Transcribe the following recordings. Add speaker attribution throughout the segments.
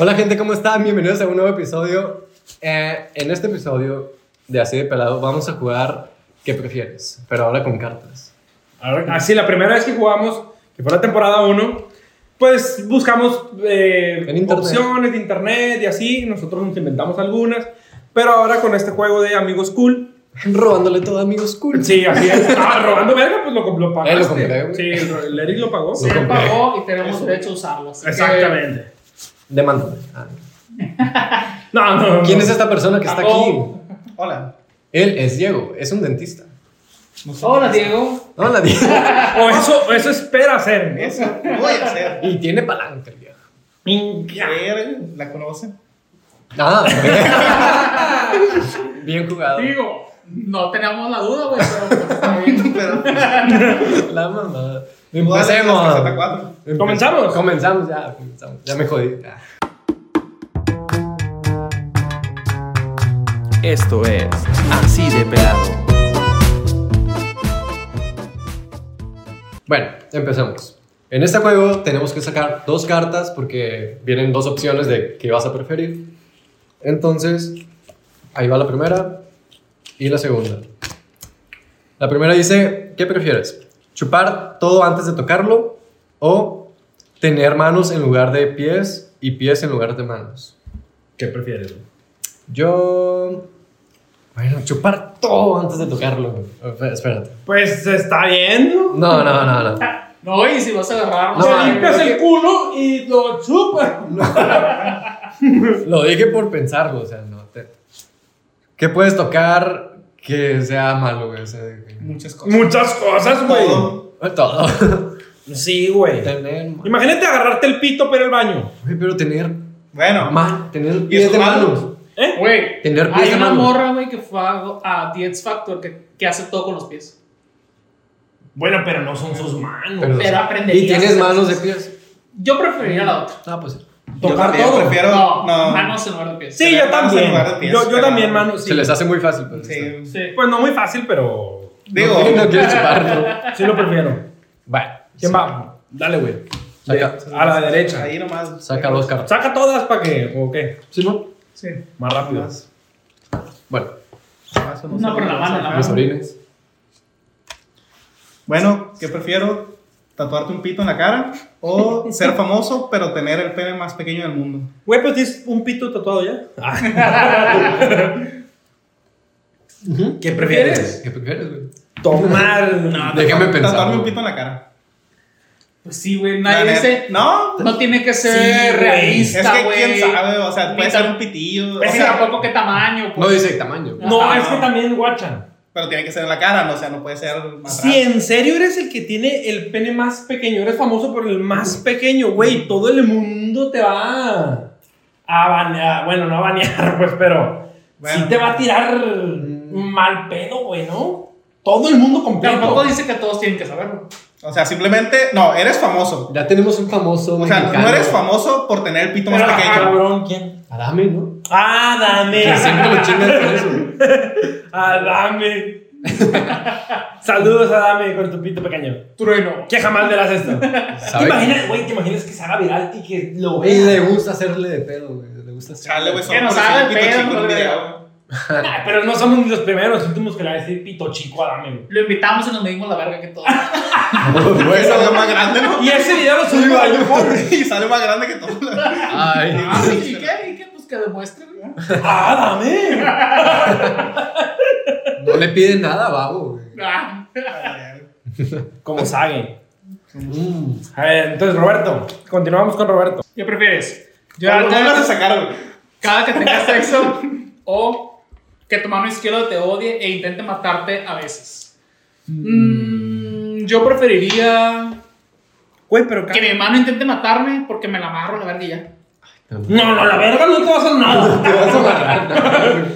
Speaker 1: Hola gente, ¿cómo están? Bienvenidos a un nuevo episodio. Eh, en este episodio de Así de Pelado vamos a jugar ¿Qué prefieres? Pero ahora con cartas.
Speaker 2: Ahora, Así, la primera vez que jugamos, que fue la temporada 1, pues buscamos eh,
Speaker 1: En internet.
Speaker 2: opciones de internet y así, nosotros nos inventamos algunas, pero ahora con este juego de Amigos Cool,
Speaker 1: Robándole todo a amigos cool.
Speaker 2: sí, así es, ah, robando verga, pues lo, lo pagaste.
Speaker 1: Eh, lo compré, güey.
Speaker 2: Sí, el Eric lo pagó.
Speaker 1: Lo
Speaker 3: Se
Speaker 1: compré.
Speaker 3: pagó y tenemos derecho a usarlo. así que-
Speaker 2: Exactamente.
Speaker 1: Demándame. Ah.
Speaker 2: No, no, no.
Speaker 1: ¿Quién es esta persona que está aquí?
Speaker 3: Paco.
Speaker 4: Hola.
Speaker 1: Él es Diego, es un dentista.
Speaker 3: Hola, Diego.
Speaker 1: Hola Diego.
Speaker 2: O eso, eso espera hacer. ¿no?
Speaker 4: Eso voy a hacer.
Speaker 1: Y tiene palanca el viejo.
Speaker 4: Verga, ¿La conocen?
Speaker 1: Ah, bien jugado.
Speaker 2: Digo,
Speaker 3: No teníamos la duda, güey, pero pues, está bien.
Speaker 4: Pero
Speaker 1: La mamada.
Speaker 4: Todas las
Speaker 1: Empecemos.
Speaker 4: 64.
Speaker 1: Empe-
Speaker 2: ¿Comenzamos?
Speaker 1: Comenzamos ya, comenzamos. Ya me jodí. Ah.
Speaker 5: Esto es Así de Pelado.
Speaker 1: Bueno, empecemos. En este juego tenemos que sacar dos cartas porque vienen dos opciones de qué vas a preferir. Entonces, ahí va la primera y la segunda. La primera dice, ¿qué prefieres? ¿Chupar todo antes de tocarlo o tener manos en lugar de pies y pies en lugar de manos?
Speaker 2: ¿qué prefieres? güey?
Speaker 1: Yo... Bueno, chupar todo antes de tocarlo. güey. Espé- Espérate.
Speaker 2: Pues está bien. ¿no?
Speaker 1: No, no, no, no.
Speaker 3: No, y si vas a
Speaker 1: No,
Speaker 3: agarrar, o sea,
Speaker 2: Te
Speaker 1: no,
Speaker 2: limpias el culo y lo chupas.
Speaker 1: Lo dije por pensarlo, o sea, no. Te... ¿Qué puedes tocar que sea malo, güey? O sea, de que-
Speaker 4: Muchas cosas.
Speaker 2: Muchas cosas, güey.
Speaker 4: Todo.
Speaker 1: Todo.
Speaker 2: Sí, güey.
Speaker 1: tener. ma-
Speaker 2: Imagínate agarrarte el pito para el baño.
Speaker 1: Güey, Pero tener.
Speaker 4: Bueno,
Speaker 1: Ma... Tener
Speaker 4: ¿Y
Speaker 1: pies
Speaker 4: eso
Speaker 1: de
Speaker 4: es malo?
Speaker 1: manos.
Speaker 2: ¿Eh?
Speaker 3: güey.
Speaker 1: Tener pies
Speaker 3: Hay
Speaker 1: de
Speaker 3: una
Speaker 1: mano.
Speaker 3: morra, güey, que fue a, a The X Factor que, que hace todo con los pies.
Speaker 2: Bueno, pero no son sus manos.
Speaker 1: Pero,
Speaker 3: Pero aprenderías
Speaker 1: Y tienes
Speaker 3: esas
Speaker 1: manos de
Speaker 3: cosas.
Speaker 1: pies.
Speaker 3: Yo preferiría la otra.
Speaker 1: No, pues.
Speaker 4: yo
Speaker 2: tocar
Speaker 4: también
Speaker 2: todo.
Speaker 4: prefiero.
Speaker 3: no,
Speaker 4: No,
Speaker 3: manos en lugar de pies.
Speaker 2: sí, yo
Speaker 4: Tener manos en
Speaker 2: también.
Speaker 4: lugar de pies,
Speaker 2: yo yo
Speaker 4: pero-
Speaker 2: también, mano. Sí.
Speaker 1: Se les hace muy fácil, pero. está.
Speaker 4: Sí.
Speaker 3: Sí.
Speaker 2: Pues no muy fácil, pero
Speaker 4: Digo,
Speaker 1: No, no quieres chuparlo.
Speaker 2: sí lo prefiero.
Speaker 1: Bueno.
Speaker 2: ¿Quién va? Dale, güey.
Speaker 1: Saca,
Speaker 2: A la derecha.
Speaker 4: ahí nomás.
Speaker 1: saca dos cartas.
Speaker 2: Saca todas para que. ¿O qué?
Speaker 1: ¿Sí, no?
Speaker 4: Sí.
Speaker 2: Más rápido.
Speaker 4: Más.
Speaker 1: Bueno,
Speaker 4: más o
Speaker 3: No, pero la mano,
Speaker 4: Ah.
Speaker 3: la
Speaker 1: los
Speaker 3: mano.
Speaker 1: orines.
Speaker 4: Bueno, ¿qué prefiero? ¿Tatuarte un pito en la cara? ¿O ser famoso pero tener el pene más pequeño del mundo?
Speaker 2: Güey, pues tienes un pito tatuado ya. Ah, ¿Qué prefieres?
Speaker 1: ¿Qué prefieres, güey?
Speaker 2: Tomar.
Speaker 1: Déjame pensar.
Speaker 4: Tatuarme Ah, un pito en la cara.
Speaker 3: Pues sí, güey,
Speaker 4: La
Speaker 3: nadie
Speaker 4: neta.
Speaker 3: dice.
Speaker 4: No.
Speaker 3: No tiene que
Speaker 2: Sí,
Speaker 3: ser
Speaker 2: güey.
Speaker 4: Es
Speaker 3: realista,
Speaker 4: que
Speaker 3: güey.
Speaker 4: quién sabe, o sea, puede
Speaker 3: Ni tan-
Speaker 4: ser un pitillo.
Speaker 3: Es
Speaker 4: o
Speaker 3: que
Speaker 4: sea,
Speaker 3: tampoco qué tamaño,
Speaker 1: No
Speaker 3: pues.
Speaker 1: dice tamaño. güey.
Speaker 2: No, es que también guachan.
Speaker 4: Pero tiene que ser en la cara, no, o sea, no puede ser más
Speaker 2: Si en serio eres el que tiene el pene más pequeño, eres famoso por el más pequeño, güey, todo el mundo te va a banear, bueno, no a banear, pues, pero
Speaker 4: Bueno.
Speaker 2: sí te va a tirar mal pedo, güey, ¿no? Todo el mundo completo.
Speaker 3: Tampoco dice que todos tienen que saberlo.
Speaker 4: O sea, simplemente, no, eres famoso.
Speaker 1: Ya tenemos un famoso.
Speaker 4: O sea,
Speaker 1: mexicano.
Speaker 4: no eres famoso por tener el pito
Speaker 2: pero,
Speaker 4: más
Speaker 2: ah,
Speaker 4: pequeño.
Speaker 2: cabrón, ¿quién?
Speaker 1: Adame, ¿no?
Speaker 2: Ah,
Speaker 1: Que
Speaker 2: dame.
Speaker 1: siempre lo chingas con eso. güey.
Speaker 2: Ah, dame. Saludos a Dame con tu pito pequeño.
Speaker 3: Trueno.
Speaker 2: Que jamás verás esto. ¿Te
Speaker 1: ¿Sabe?
Speaker 2: imaginas, güey, te imaginas que se haga viral y que lo
Speaker 1: Y
Speaker 2: veas?
Speaker 1: le gusta hacerle de pedo, güey. Le gusta hacer-
Speaker 4: Chale, güey, solo
Speaker 3: Que nos
Speaker 4: por decir
Speaker 3: haga
Speaker 4: el
Speaker 3: el
Speaker 4: pito
Speaker 3: pedo,
Speaker 4: chico en un
Speaker 3: güey.
Speaker 4: video.
Speaker 2: Ah, pero no somos ni los primeros, los últimos que le va a decir pito chico a Dame, güey.
Speaker 3: Lo invitamos y nos medimos la verga que todo. Ah,
Speaker 4: Güey,
Speaker 1: Bueno.
Speaker 4: salió más grande, ¿no?
Speaker 2: Y ese video lo subimos a YouTube.
Speaker 4: y sale más grande que todo.
Speaker 1: Ay.
Speaker 3: Ah, ¿Y qué? ¿Y qué? Pues que demuestre, güey.
Speaker 2: ¡Ah, dame!
Speaker 1: No le pide nada, babo, güey.
Speaker 3: Ah,
Speaker 2: Como saben.
Speaker 1: Mm.
Speaker 2: A ver, entonces, Roberto. Continuamos con Roberto.
Speaker 3: ¿Qué prefieres?
Speaker 4: Ya,
Speaker 3: Llorar
Speaker 4: no
Speaker 3: cada-
Speaker 4: vas a sacar, güey.
Speaker 3: cada que tengas sexo o que tu mano izquierda te odie e intente matarte a veces. Mm, yo preferiría
Speaker 2: Güey, pero...
Speaker 3: que mi mano intente matarme porque me la amarro la verga y ya.
Speaker 2: No, no, la verga no te va a hacer nada.
Speaker 1: Te vas a amarrar, ¿no?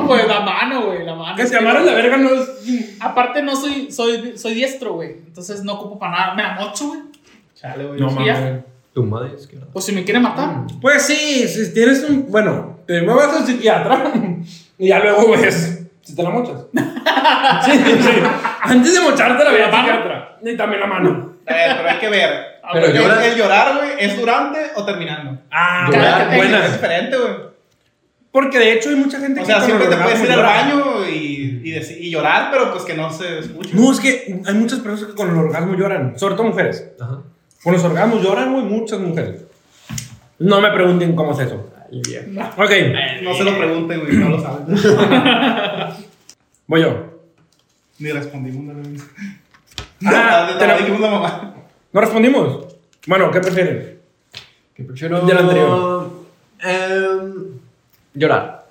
Speaker 3: No, pues la mano, güey, la mano.
Speaker 2: Que te amaran la verga no es...
Speaker 3: Aparte no soy, soy, soy diestro, güey. Entonces no ocupo para nada. Me la mocho, güey.
Speaker 4: Chale, güey.
Speaker 2: No,
Speaker 3: Sí,
Speaker 2: mames.
Speaker 3: ya.
Speaker 1: Tu madre izquierda.
Speaker 3: Pues si me quiere matar.
Speaker 2: Pues sí, si tienes un... Bueno, te muevas al psiquiatra y ya luego ves si te la mochas. Sí, sí. Antes de mocharte la verga
Speaker 3: La mano.
Speaker 2: psiquiatra. Y también la mano.
Speaker 4: A ver, pero hay que ver.
Speaker 1: Pero
Speaker 4: El,
Speaker 1: llora-
Speaker 4: el llorar, güey, ¿es durante o terminando?
Speaker 2: Ah,
Speaker 1: Llorar,
Speaker 2: buena,
Speaker 4: Es
Speaker 2: buena.
Speaker 4: diferente, güey.
Speaker 2: Porque de hecho hay mucha gente
Speaker 4: O
Speaker 2: que
Speaker 4: sea,
Speaker 2: cuando
Speaker 4: siempre te
Speaker 2: llora,
Speaker 4: puedes ir al
Speaker 2: llora.
Speaker 4: baño y, y, deci- y llorar, pero pues que no se escuche.
Speaker 2: No, es que hay muchas personas que con el orgasmo lloran, sobre todo mujeres.
Speaker 1: Ajá.
Speaker 2: Con los orgasmos lloran, güey, muchas mujeres. No me pregunten cómo es eso. Ok,
Speaker 4: No se lo pregunten, güey, no lo saben.
Speaker 2: voy yo.
Speaker 4: Ni respondimos, la verdad.
Speaker 2: Ah,
Speaker 4: No,
Speaker 2: te
Speaker 4: te
Speaker 2: la-
Speaker 4: lo dijimos la mamá.
Speaker 2: ¿No respondimos? Bueno, ¿qué prefieren?
Speaker 1: ¿Qué prefiero?
Speaker 2: Del anterior.
Speaker 1: Em, llorar.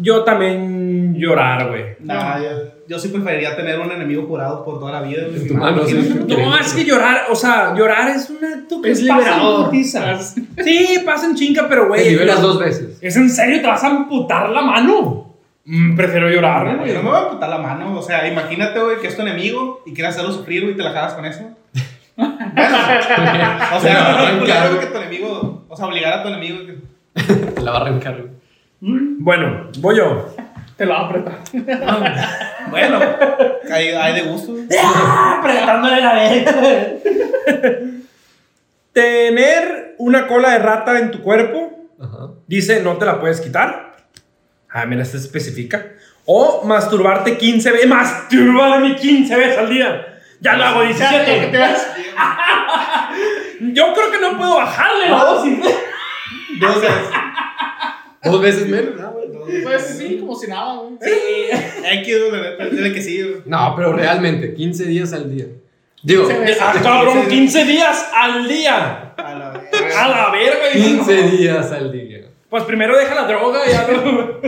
Speaker 2: Yo también llorar, güey.
Speaker 4: Nah, yo, yo sí preferiría tener un enemigo curado por toda la vida. güey.
Speaker 1: tu mano, sí.
Speaker 4: Imagínate.
Speaker 2: No, es que llorar, o sea, llorar es un acto que
Speaker 3: Es
Speaker 2: pasa en
Speaker 3: liberador.
Speaker 2: putiza. Sí, pasa en chinga, pero güey.
Speaker 1: Te liberas
Speaker 2: no.
Speaker 1: dos veces.
Speaker 2: ¿Es en serio? ¿Te vas a amputar la mano? Mm, prefiero llorar,
Speaker 4: Yo
Speaker 2: güey.
Speaker 4: no me voy a putar la mano, o sea, imagínate, güey, que es tu enemigo y quieres hacerlo sufrir, güey, y te la jalas con eso.
Speaker 1: Te
Speaker 4: O
Speaker 1: la va a
Speaker 4: sea, no
Speaker 1: arrancar,
Speaker 4: es
Speaker 1: güey.
Speaker 4: que tu enemigo, o sea, obligar a tu enemigo. que-
Speaker 1: Te la va a arrancar. güey.
Speaker 2: Bueno, voy yo.
Speaker 3: Te lo va a apretar.
Speaker 4: Bueno, hay, hay de gusto. güey.
Speaker 2: Apretándole la vez. Tener una cola de rata en tu cuerpo
Speaker 1: Ajá.
Speaker 2: dice no te la puedes quitar. Ah, mira, se especifica. O masturbarte 15 veces. Masturbarme 15 veces al día. Ya lo hago
Speaker 3: O sea, lo que
Speaker 2: 17.
Speaker 3: te vas-
Speaker 2: Yo creo que no puedo bajarle la dosis.
Speaker 4: Dos veces.
Speaker 1: Dos veces menos. ah, güey.
Speaker 4: Dos veces.
Speaker 3: Pues sí, como si nada, güey.
Speaker 4: X, güey, la neta, dile que sí, güey.
Speaker 1: No, pero realmente, 15 días al día. Digo,
Speaker 3: 15 veces.
Speaker 2: Ah, cabrón, 15 días al día.
Speaker 4: A la vez.
Speaker 2: A la verga. y-
Speaker 1: 15 días al día.
Speaker 2: Pues primero deja la droga y ya luego-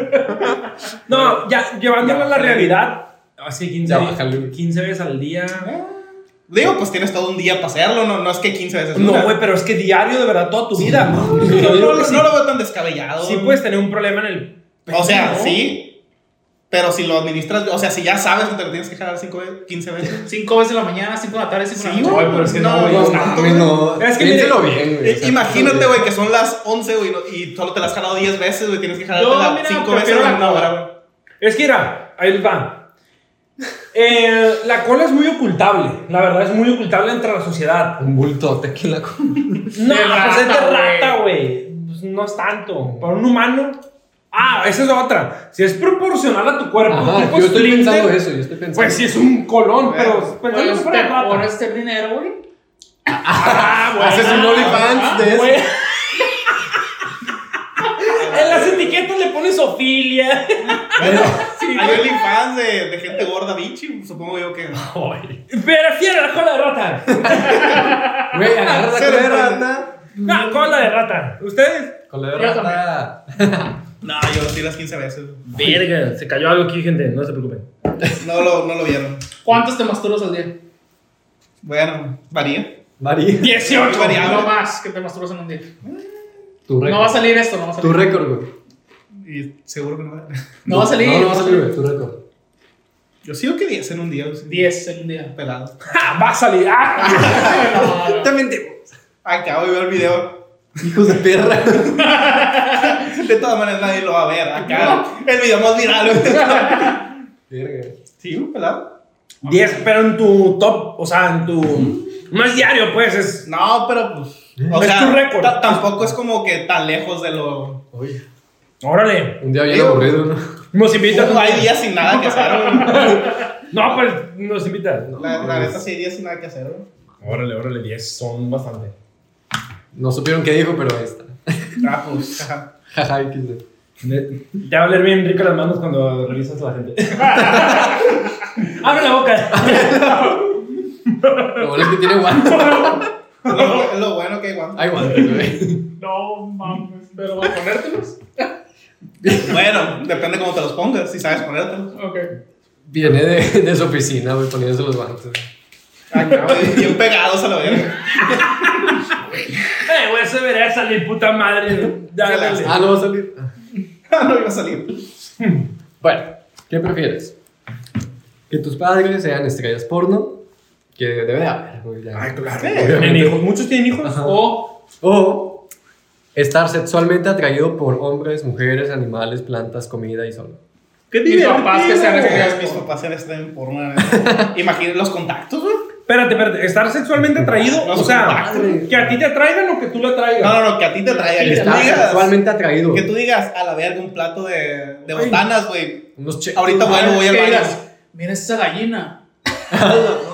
Speaker 2: No, ya llevándolo a la realidad. Así 15,
Speaker 1: Ya
Speaker 2: días-
Speaker 1: bájale.
Speaker 2: 15 veces al día.
Speaker 4: Digo, pues tienes todo un día para hacerlo, no, no es que 15 veces.
Speaker 2: No,
Speaker 4: una.
Speaker 2: güey, pero es que diario de verdad toda tu vida. No, no,
Speaker 4: No, no,
Speaker 2: no,
Speaker 4: no,
Speaker 2: sí,
Speaker 4: no lo veo tan descabellado.
Speaker 2: sí pues, puedes tener un problema en el.
Speaker 4: O sea,
Speaker 2: ¿no?
Speaker 4: sí. Pero si lo administras, o sea, si ya sabes que te lo tienes que jalar 5 veces, 15 veces.
Speaker 3: Cinco veces en la mañana, cinco en la tarde, cinco en la
Speaker 4: Sí,
Speaker 3: noche.
Speaker 4: güey.
Speaker 2: Ay, pero es que
Speaker 4: No,
Speaker 2: no, güey,
Speaker 4: no,
Speaker 2: es
Speaker 4: no.
Speaker 2: tanto.
Speaker 1: mames, no.
Speaker 2: Es que
Speaker 1: Piénselo
Speaker 2: mire,
Speaker 1: bien, güey.
Speaker 4: Eh, Imagínate, güey, que son las 11, güey, no- y solo te las has jalado 10 veces, güey, tienes que
Speaker 3: Yo,
Speaker 4: jalarte
Speaker 3: mira,
Speaker 4: 5 veces
Speaker 3: prefiero
Speaker 4: en
Speaker 3: la
Speaker 4: una
Speaker 3: cola.
Speaker 4: hora, güey.
Speaker 2: Es que mira, ahí les va. Eh, la cola es muy ocultable. La verdad es muy ocultable entre la sociedad.
Speaker 1: Un bultote aquí en la co-
Speaker 2: No,
Speaker 3: De
Speaker 2: pues es de
Speaker 3: rata,
Speaker 2: rata, güey. Pues no es tanto. Para un humano. Ah, esa es otra. Si es proporcional a tu cuerpo, tu
Speaker 1: Ajá,
Speaker 2: cuerpo
Speaker 1: yo
Speaker 2: es
Speaker 1: estoy
Speaker 2: libre,
Speaker 1: pensando eso, yo estoy pensando.
Speaker 2: Pues sí, es un colón, pero.
Speaker 3: Pero
Speaker 2: pensando que fuera de rata.
Speaker 3: por este dinero, güey.
Speaker 2: Ah, güey.
Speaker 1: Haces un OnlyFans de eso.
Speaker 2: Güey. En las etiquetas le pones ofilia.
Speaker 4: Bueno, hay OnlyFans de, de gente gorda, bichi, supongo yo que.
Speaker 2: Prefiero la cola de rata.
Speaker 1: Güey, agarras la
Speaker 4: Se
Speaker 1: cola de
Speaker 4: le prende.
Speaker 1: rata.
Speaker 2: No, cola de rata. ¿Ustedes?
Speaker 1: Cola de
Speaker 3: Yo
Speaker 1: rata.
Speaker 4: No, yo sí las 15 veces. güey.
Speaker 2: Verga, se cayó algo aquí, gente. No se preocupen.
Speaker 4: No lo, no lo vieron.
Speaker 3: ¿Cuántos te masturbas al día?
Speaker 4: Bueno, varía.
Speaker 1: María.
Speaker 2: 18.
Speaker 4: Variable.
Speaker 3: No más que te masturbas en un día.
Speaker 1: Tu
Speaker 3: No va a
Speaker 1: récord.
Speaker 3: salir esto, no va a
Speaker 1: Tu
Speaker 3: salir.
Speaker 1: récord, güey.
Speaker 4: Y seguro que no va
Speaker 3: No va a salir.
Speaker 1: No, no va a salir, güey. Tu récord.
Speaker 4: Yo sí digo que 10 en un día, güey, sí.
Speaker 3: 10 en un día.
Speaker 4: Pelado.
Speaker 2: Ja, va a salir. Ah.
Speaker 3: No, no.
Speaker 1: Exactamente.
Speaker 4: Acabo de ver el video.
Speaker 1: Hijos de perra.
Speaker 4: De todas maneras nadie lo va a ver acá. El video más viral. güey.
Speaker 1: Verga.
Speaker 4: Sí, un pelado.
Speaker 2: 10, pero en tu top, o sea, en tu. No es diario, pues, es.
Speaker 4: No, pero pues. O
Speaker 2: Es
Speaker 4: sea,
Speaker 2: tu récord.
Speaker 4: ta- tampoco es como que tan lejos de lo.
Speaker 1: Oye.
Speaker 2: Órale.
Speaker 1: Un día bien
Speaker 4: Digo-
Speaker 1: aburrido, ¿no?
Speaker 2: Nos invitas.
Speaker 4: Uh, hay días sin nada que hacer.
Speaker 2: No, pues, nos invitas.
Speaker 4: güey. La, la neta sí hay días sin nada que hacer. güey.
Speaker 2: Órale, órale, 10 son bastante.
Speaker 1: No supieron qué dijo, pero ahí está.
Speaker 4: Ah, pues. ajá.
Speaker 1: Jaja, X, güey.
Speaker 2: Te va a oler bien rico las manos cuando revisas a la gente. ¡Abre la boca!
Speaker 1: Lo bueno es que tiene guantes.
Speaker 4: Lo, lo bueno que hay guantes.
Speaker 1: Hay guantes, güey.
Speaker 3: No mames. Pero va a ponértelos.
Speaker 4: Bueno, depende cómo te los pongas, si sabes ponértelos.
Speaker 3: Ok.
Speaker 1: Viene de, de su oficina, güey, poniéndose los guantes. güey.
Speaker 4: Acá, güey, bien pegados a la verga.
Speaker 2: ¡Eh, güey! Se verá salir puta madre. Dale, dale.
Speaker 1: Ah, no va a salir. Ah.
Speaker 4: Ah, no iba a salir.
Speaker 1: Bueno, ¿qué prefieres? Que tus padres sean estrellas porno, que debe de haber, güey, ya.
Speaker 2: claro.
Speaker 4: Eh,
Speaker 2: ¿Tienen
Speaker 1: Obviamente.
Speaker 2: hijos? ¿Muchos tienen hijos?
Speaker 1: Ajá.
Speaker 2: O.
Speaker 1: O estar sexualmente atraído por hombres, mujeres, animales, plantas, comida y sol.
Speaker 4: ¿Qué
Speaker 3: Mis papás que sean
Speaker 4: divertido, güey.
Speaker 3: estrellas
Speaker 4: Mis papás sean estrellas porno. la neta. Imaginen eh. los contactos, güey.
Speaker 2: Espérate, espérate. Estar sexualmente atraído,
Speaker 4: No,
Speaker 2: o sea,
Speaker 1: madre.
Speaker 2: que a ti te atraigan o que tú le traigas.
Speaker 4: No, no, no, que a ti te traiga. Que tú
Speaker 1: Estás
Speaker 4: digas,
Speaker 1: sexualmente atraído.
Speaker 4: que tú digas a la verga un plato de, de
Speaker 3: Ay.
Speaker 4: botanas, güey.
Speaker 1: Unos che-
Speaker 4: Ahorita vuelvo, voy al
Speaker 3: Que
Speaker 4: baño.
Speaker 3: digas, Mira esa gallina.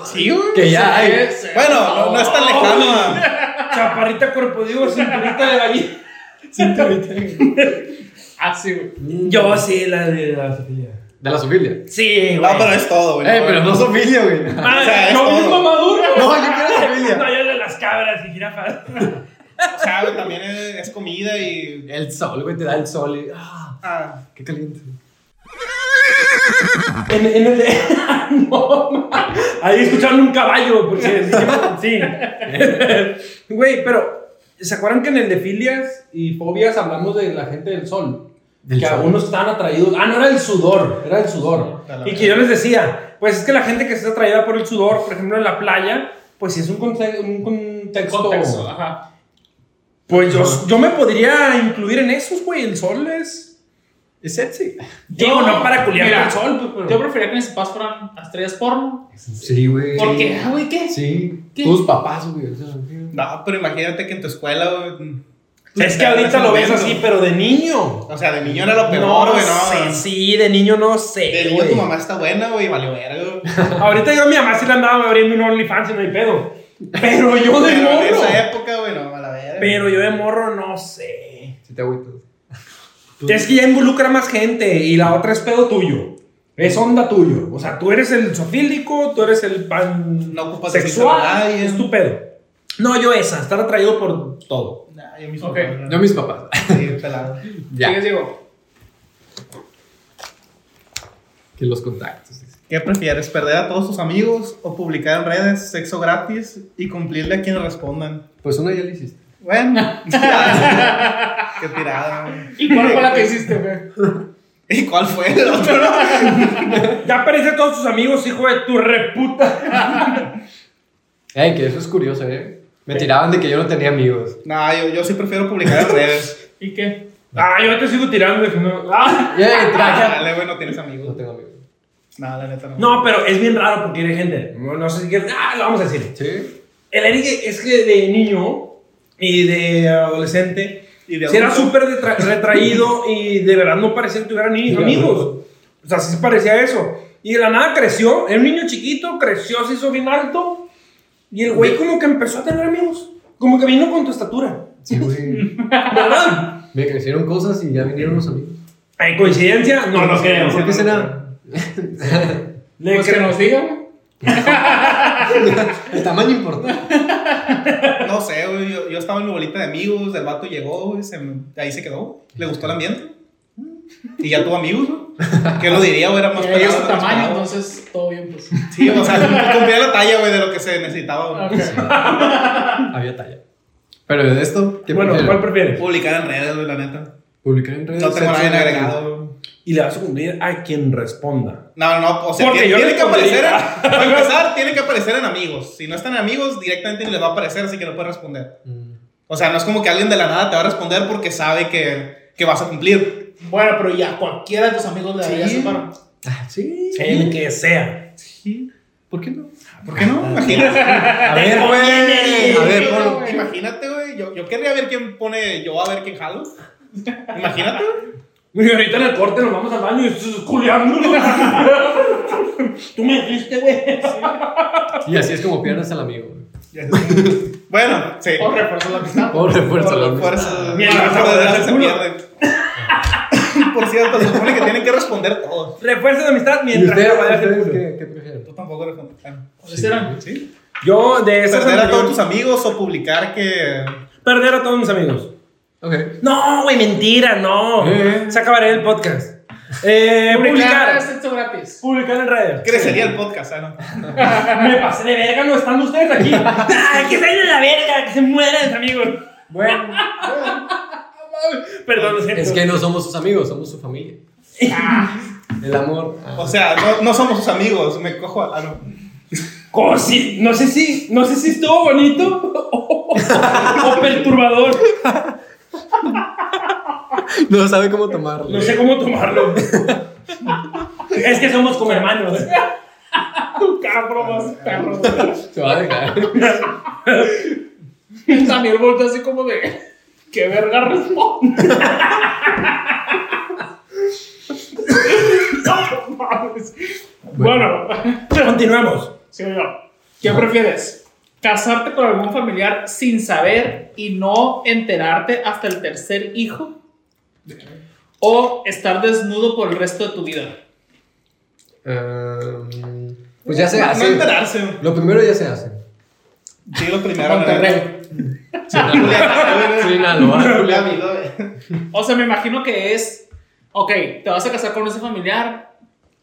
Speaker 4: Sí, güey.
Speaker 1: Que ya
Speaker 3: Se ve,
Speaker 1: hay.
Speaker 3: se ve.
Speaker 4: Bueno, no, no es tan lejano. a-
Speaker 2: Chaparrita, cuerpo, digo, cinturita de gallina. Cinturita.
Speaker 3: Ah, sí, güey.
Speaker 2: Yo sí, la de la Sofía.
Speaker 1: De la sofilia. Ah,
Speaker 2: Sí,
Speaker 4: No, pero es todo, güey.
Speaker 1: Eh, pero no sofilia, güey. No,
Speaker 2: Ah,
Speaker 4: o sea, es
Speaker 2: no,
Speaker 4: todo.
Speaker 2: es mamadura. güey.
Speaker 1: yo quiero
Speaker 2: No,
Speaker 1: sofilia.
Speaker 2: yo de las cabras y jirafas.
Speaker 4: O sea, güey, también es, es comida y.
Speaker 1: El sol, güey, te da el sol y. ¡Ah!
Speaker 4: Ah,
Speaker 1: ¡Qué caliente!
Speaker 2: En, en el de. no, ma. Ahí escucharon un caballo, porque. Sí. Güey, pero. ¿Se acuerdan que en el de filias y fobias hablamos de la gente del sol?
Speaker 1: Del
Speaker 2: que
Speaker 1: sol.
Speaker 2: algunos estaban atraídos. Ah, no, era el sudor. Era el sudor.
Speaker 4: A la
Speaker 2: Y que yo les decía, pues es que la gente que está atraída por el sudor, por ejemplo, en la playa, pues sí es un, conte- un contexto.
Speaker 3: Contexto, ajá.
Speaker 2: Pues yo, yo me podría incluir en esos, güey. El sol es. Es sexy. Digo, no para culiar con
Speaker 3: Mira,
Speaker 2: el sol, pues, pero.
Speaker 3: Yo preferiría que mis papás fueran estrellas porno.
Speaker 1: Sí, güey.
Speaker 3: ¿Por qué? Ah, güey, ¿qué?
Speaker 1: Sí.
Speaker 3: ¿Qué?
Speaker 1: Tus papás, güey. o sea, güey.
Speaker 4: no, pero imagínate que en tu escuela, güey.
Speaker 2: Es que ahorita lo ves
Speaker 4: viendo.
Speaker 2: así, pero de niño.
Speaker 4: O sea, de niño era lo peor, güey, no.
Speaker 2: sé, sí, de niño no sé.
Speaker 4: De niño
Speaker 2: güey.
Speaker 4: tu mamá está buena, güey, valió verga, güey.
Speaker 2: Ahorita yo a mi mamá sí le andaba abriendo un OnlyFans y no hay pedo. Pero yo de
Speaker 4: Pero en esa
Speaker 2: morro.
Speaker 4: época, güey, no, a la verga.
Speaker 2: Pero yo de morro no sé.
Speaker 1: Sí, te agüitas.
Speaker 2: Es que ya involucra más gente y la otra es pedo tuyo. Es onda tuyo. O sea, tú eres el sofílico, tú eres el pan
Speaker 4: No ocupas
Speaker 2: sexual.
Speaker 4: decírselo a nadie.
Speaker 2: Es tu pedo. No, yo esa, estar atraído por todo.
Speaker 4: Nah, yo mismo.
Speaker 3: Ok.
Speaker 1: Yo, mis papás.
Speaker 4: Sí, pelado.
Speaker 3: ¿Qué
Speaker 1: Ya.
Speaker 3: les digo?
Speaker 1: Que los contactos. dice.
Speaker 4: ¿Qué prefieres, perder a todos tus amigos o publicar en redes sexo gratis y cumplirle a quienes respondan?
Speaker 1: Pues una ya le hiciste.
Speaker 4: Bueno, ya. qué tirada. güey.
Speaker 3: ¿Y cuál fue la que hiciste, güey?
Speaker 4: ¿Y cuál fue el otro? no?
Speaker 2: Ya aparece todos tus amigos, hijo de tu reputa.
Speaker 1: Ey, que eso es curioso, eh. Me tiraban de que yo no tenía amigos.
Speaker 4: No, yo, yo sí prefiero publicar en redes.
Speaker 3: ¿Y qué?
Speaker 2: Ah, yo te sigo tirando. de que no. Ah.
Speaker 1: Ey, traje.
Speaker 4: Dale, güey, no tienes
Speaker 1: No
Speaker 4: amigos.
Speaker 1: tengo amigos.
Speaker 4: No, la neta no.
Speaker 2: No, pero es bien raro porque hay gente. No, no sé si quieres. Ah, lo vamos a decir.
Speaker 1: Sí.
Speaker 2: El Eric es que de niño y de adolescente
Speaker 4: Y de
Speaker 2: sí era
Speaker 4: adulto.
Speaker 2: súper detra- retraído y de verdad no parecía que tuviera ni
Speaker 1: Y de
Speaker 2: amigos.
Speaker 1: adulto.
Speaker 2: O sea, sí se parecía a eso. Y de la nada creció, era un niño chiquito, creció, se hizo bien alto. Y el güey como que empezó a tener amigos. Como que vino con tu estatura.
Speaker 1: Sí, güey.
Speaker 2: ¿Verdad?
Speaker 1: Me crecieron cosas y ya vinieron los amigos.
Speaker 2: ¿Hay coincidencia? No lo creo.
Speaker 1: ¿Por qué será?
Speaker 2: Le
Speaker 3: pues que
Speaker 2: creo.
Speaker 3: nos diga, güey.
Speaker 1: El tamaño importa.
Speaker 4: No sé, güey. Yo, yo estaba en mi bolita de amigos, el vato llegó, güey, se me- ahí se quedó. Le gustó el ambiente. Mm. Y ya tuvo amigos, ¿no? ¿Qué lo diría, güey? Era más
Speaker 3: Y ahí es
Speaker 4: pelado
Speaker 3: su
Speaker 4: de lo
Speaker 3: tamaño,
Speaker 4: esperado.
Speaker 3: entonces todo bien, pues.
Speaker 4: Sí, o sea, cumplía la talla, güey, de lo que se necesitaba, güey.
Speaker 3: Ok.
Speaker 1: Había talla. Pero de esto, ¿qué
Speaker 2: Bueno,
Speaker 1: prefieres?
Speaker 2: ¿cuál prefieres?
Speaker 4: Publicar en redes, güey, la neta.
Speaker 1: Publicar en redes
Speaker 4: No tengo nada en
Speaker 1: sexo
Speaker 4: agregado. güey.
Speaker 2: Y le vas a cumplir a quien responda.
Speaker 4: No, no, o sea,
Speaker 2: Porque
Speaker 4: tiene,
Speaker 2: yo
Speaker 4: tiene
Speaker 2: le
Speaker 4: que aparecer.
Speaker 2: pondría.
Speaker 4: en- para empezar, tiene que aparecer en amigos. Si no están en amigos, directamente ni les va a aparecer, así que no puede responder.
Speaker 1: Mm.
Speaker 4: O sea, no es como que alguien de la nada te va a responder porque sabe que, que vas a cumplir.
Speaker 3: Bueno, pero ya cualquiera de tus amigos le daría
Speaker 4: Sí.
Speaker 3: su paro.
Speaker 1: Ah, sí.
Speaker 2: El que sea.
Speaker 1: ¿Por qué no?
Speaker 4: ¿Por qué no? Imagínate.
Speaker 1: Ah, A ver, güey. A ver, ponlo.
Speaker 4: Imagínate, güey. Yo, yo querría ver quién pone yo a ver quién jalo. Imagínate, güey.
Speaker 2: Güey, ahorita en el corte nos vamos al baño y estás culiando. Tú me
Speaker 3: Este,
Speaker 2: dijiste, güey.
Speaker 1: Y así es como pierdes al amigo. güey.
Speaker 4: Bueno, sí.
Speaker 3: O reforzó la amistad.
Speaker 1: Por refuerzo al
Speaker 4: Por
Speaker 1: amigo.
Speaker 4: fuerza.
Speaker 2: Mierda,
Speaker 4: por
Speaker 2: vamos a
Speaker 4: desgracia
Speaker 2: perder
Speaker 4: se
Speaker 2: el culo.
Speaker 4: pierde. Por cierto, se supone que tienen que responder todos.
Speaker 2: Refuerzo de amistad
Speaker 1: ¿Y
Speaker 2: mientras
Speaker 1: ustedes,
Speaker 2: trabaja el
Speaker 1: ustedes
Speaker 2: culo.
Speaker 1: qué, qué prefieren?
Speaker 4: Tú tampoco respondes. Ah,
Speaker 3: Entonces eran.
Speaker 4: ¿Sí?
Speaker 2: Yo de esas
Speaker 4: Perder a todos
Speaker 2: anteriores-
Speaker 4: tus amigos o publicar que.
Speaker 2: perder a todos mis amigos.
Speaker 1: Ok.
Speaker 2: No, güey, mentira, no.
Speaker 1: Eh.
Speaker 2: Se acabará el podcast. Eh,
Speaker 3: Publicar
Speaker 2: publicar.
Speaker 3: sexo este gratis.
Speaker 2: Publicar en redes.
Speaker 4: Crecería el podcast, ah, ¿sabes?
Speaker 2: Me pasé de verga no estando ustedes aquí. Ay, que se vayan a la verga, que se mueran, amigos.
Speaker 1: Bueno,
Speaker 2: Perdón, lo siento.
Speaker 1: es que no somos sus amigos, somos su familia. El amor. Ah.
Speaker 4: O sea, no, no somos sus amigos. Me cojo a. ah, no.
Speaker 2: Cosi- no sé si, no sé si estuvo bonito o, o perturbador.
Speaker 1: No sabe cómo tomarlo.
Speaker 2: No sé cómo tomarlo. es que somos como hermanos. tu
Speaker 3: Eran bromas, perros. güey.
Speaker 1: Se va a dejar.
Speaker 3: Daniel voltea así como de. ¿Qué verga responde? No mames. Bueno,
Speaker 2: Continuemos.
Speaker 3: señor, ¿qué prefieres? ¿Casarte con algún familiar sin saber y no enterarte hasta el tercer hijo? ¿O estar desnudo por el resto de tu vida?
Speaker 1: Em, pues ya se
Speaker 4: No
Speaker 1: hace.
Speaker 4: enterarse.
Speaker 1: Lo primero ya se hace.
Speaker 4: Sí, lo primero.
Speaker 3: Monterrey.
Speaker 1: Sinaloa.
Speaker 3: O sea, me imagino que es, ok, te vas a casar con ese familiar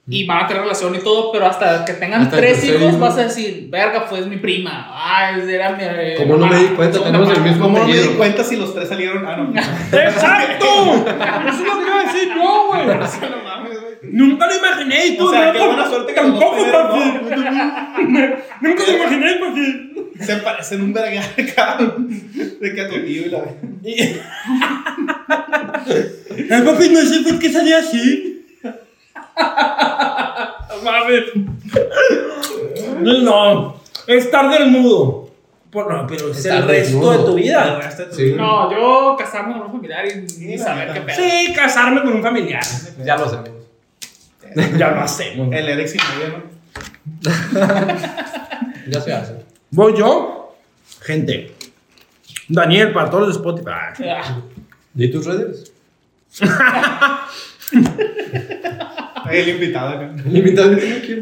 Speaker 3: y van a tener relación y todo, pero hasta que tengan
Speaker 1: Hasta el
Speaker 3: tres
Speaker 1: tercer
Speaker 3: hijos
Speaker 1: hijo.
Speaker 3: vas a decir, verga, pues mi prima. Ah, era mi. eh,
Speaker 1: Como no me di cuenta,
Speaker 3: segunda
Speaker 1: tenemos el
Speaker 3: hermana".
Speaker 1: mismo
Speaker 4: ¿Cómo no me di
Speaker 1: apellido.
Speaker 4: cuenta si los tres salieron? Ah, no.
Speaker 2: ¡Exacto! Eso es lo que iba a decir yo, güey.
Speaker 4: No mames, güey.
Speaker 2: Nunca lo imaginé y tú,
Speaker 4: O sea,
Speaker 2: no,
Speaker 4: qué
Speaker 2: pues,
Speaker 4: buena suerte que los dos
Speaker 2: Tampoco,
Speaker 4: primeros,
Speaker 2: papi. Nunca lo imaginé, papi.
Speaker 4: Se parecen un verga cabrón. De que a tu tío y la
Speaker 2: Ay, papi, no sé por qué salía así. Mames. No, estar desnudo. Por, no, pero es
Speaker 1: Estar
Speaker 2: el resto
Speaker 1: desnudo.
Speaker 2: de tu vida.
Speaker 1: Sí.
Speaker 3: No, yo casarme con un familiar y ni
Speaker 4: la
Speaker 3: saber
Speaker 4: neta.
Speaker 3: qué pedo.
Speaker 2: Sí, casarme con un familiar.
Speaker 1: Ya lo hacemos.
Speaker 2: Ya lo hacemos.
Speaker 4: El Eric y María, ¿no?
Speaker 1: Ya se hace.
Speaker 2: Voy yo. Gente. Daniel, para todos los Spotify.
Speaker 3: Ah,
Speaker 1: ¿Y tus redes?
Speaker 4: Ahí el invitado, ¿no?
Speaker 1: Limitado que no quiero.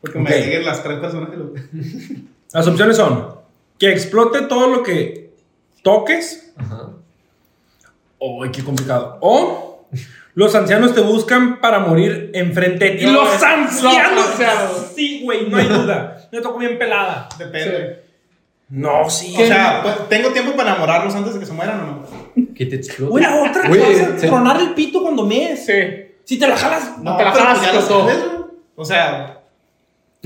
Speaker 4: Porque me
Speaker 2: Ok.
Speaker 4: lleguen las tres personas que lo.
Speaker 2: Las opciones son que explote todo lo que toques.
Speaker 1: Ajá.
Speaker 2: ¡Ay, qué complicado! O los ancianos te buscan para morir enfrente de ti.
Speaker 3: No,
Speaker 2: ¡Los
Speaker 3: es-
Speaker 2: ancianos!
Speaker 3: los ancianos.
Speaker 2: Sí, güey, no hay duda. Me tocó bien pelada.
Speaker 4: Depende.
Speaker 2: No, sí.
Speaker 4: O sea, pues, ¿tengo tiempo para enamorarlos antes de que se mueran o no?
Speaker 1: Que te explote.
Speaker 2: Güey, la otra
Speaker 1: Güey,
Speaker 2: cosa,
Speaker 1: se-
Speaker 2: tronar el pito cuando mees.
Speaker 3: sí.
Speaker 2: Si te la jalas.
Speaker 3: No te la
Speaker 4: pero
Speaker 3: jalas,
Speaker 4: pues ya los
Speaker 3: loco.
Speaker 4: tienes, güey. O sea,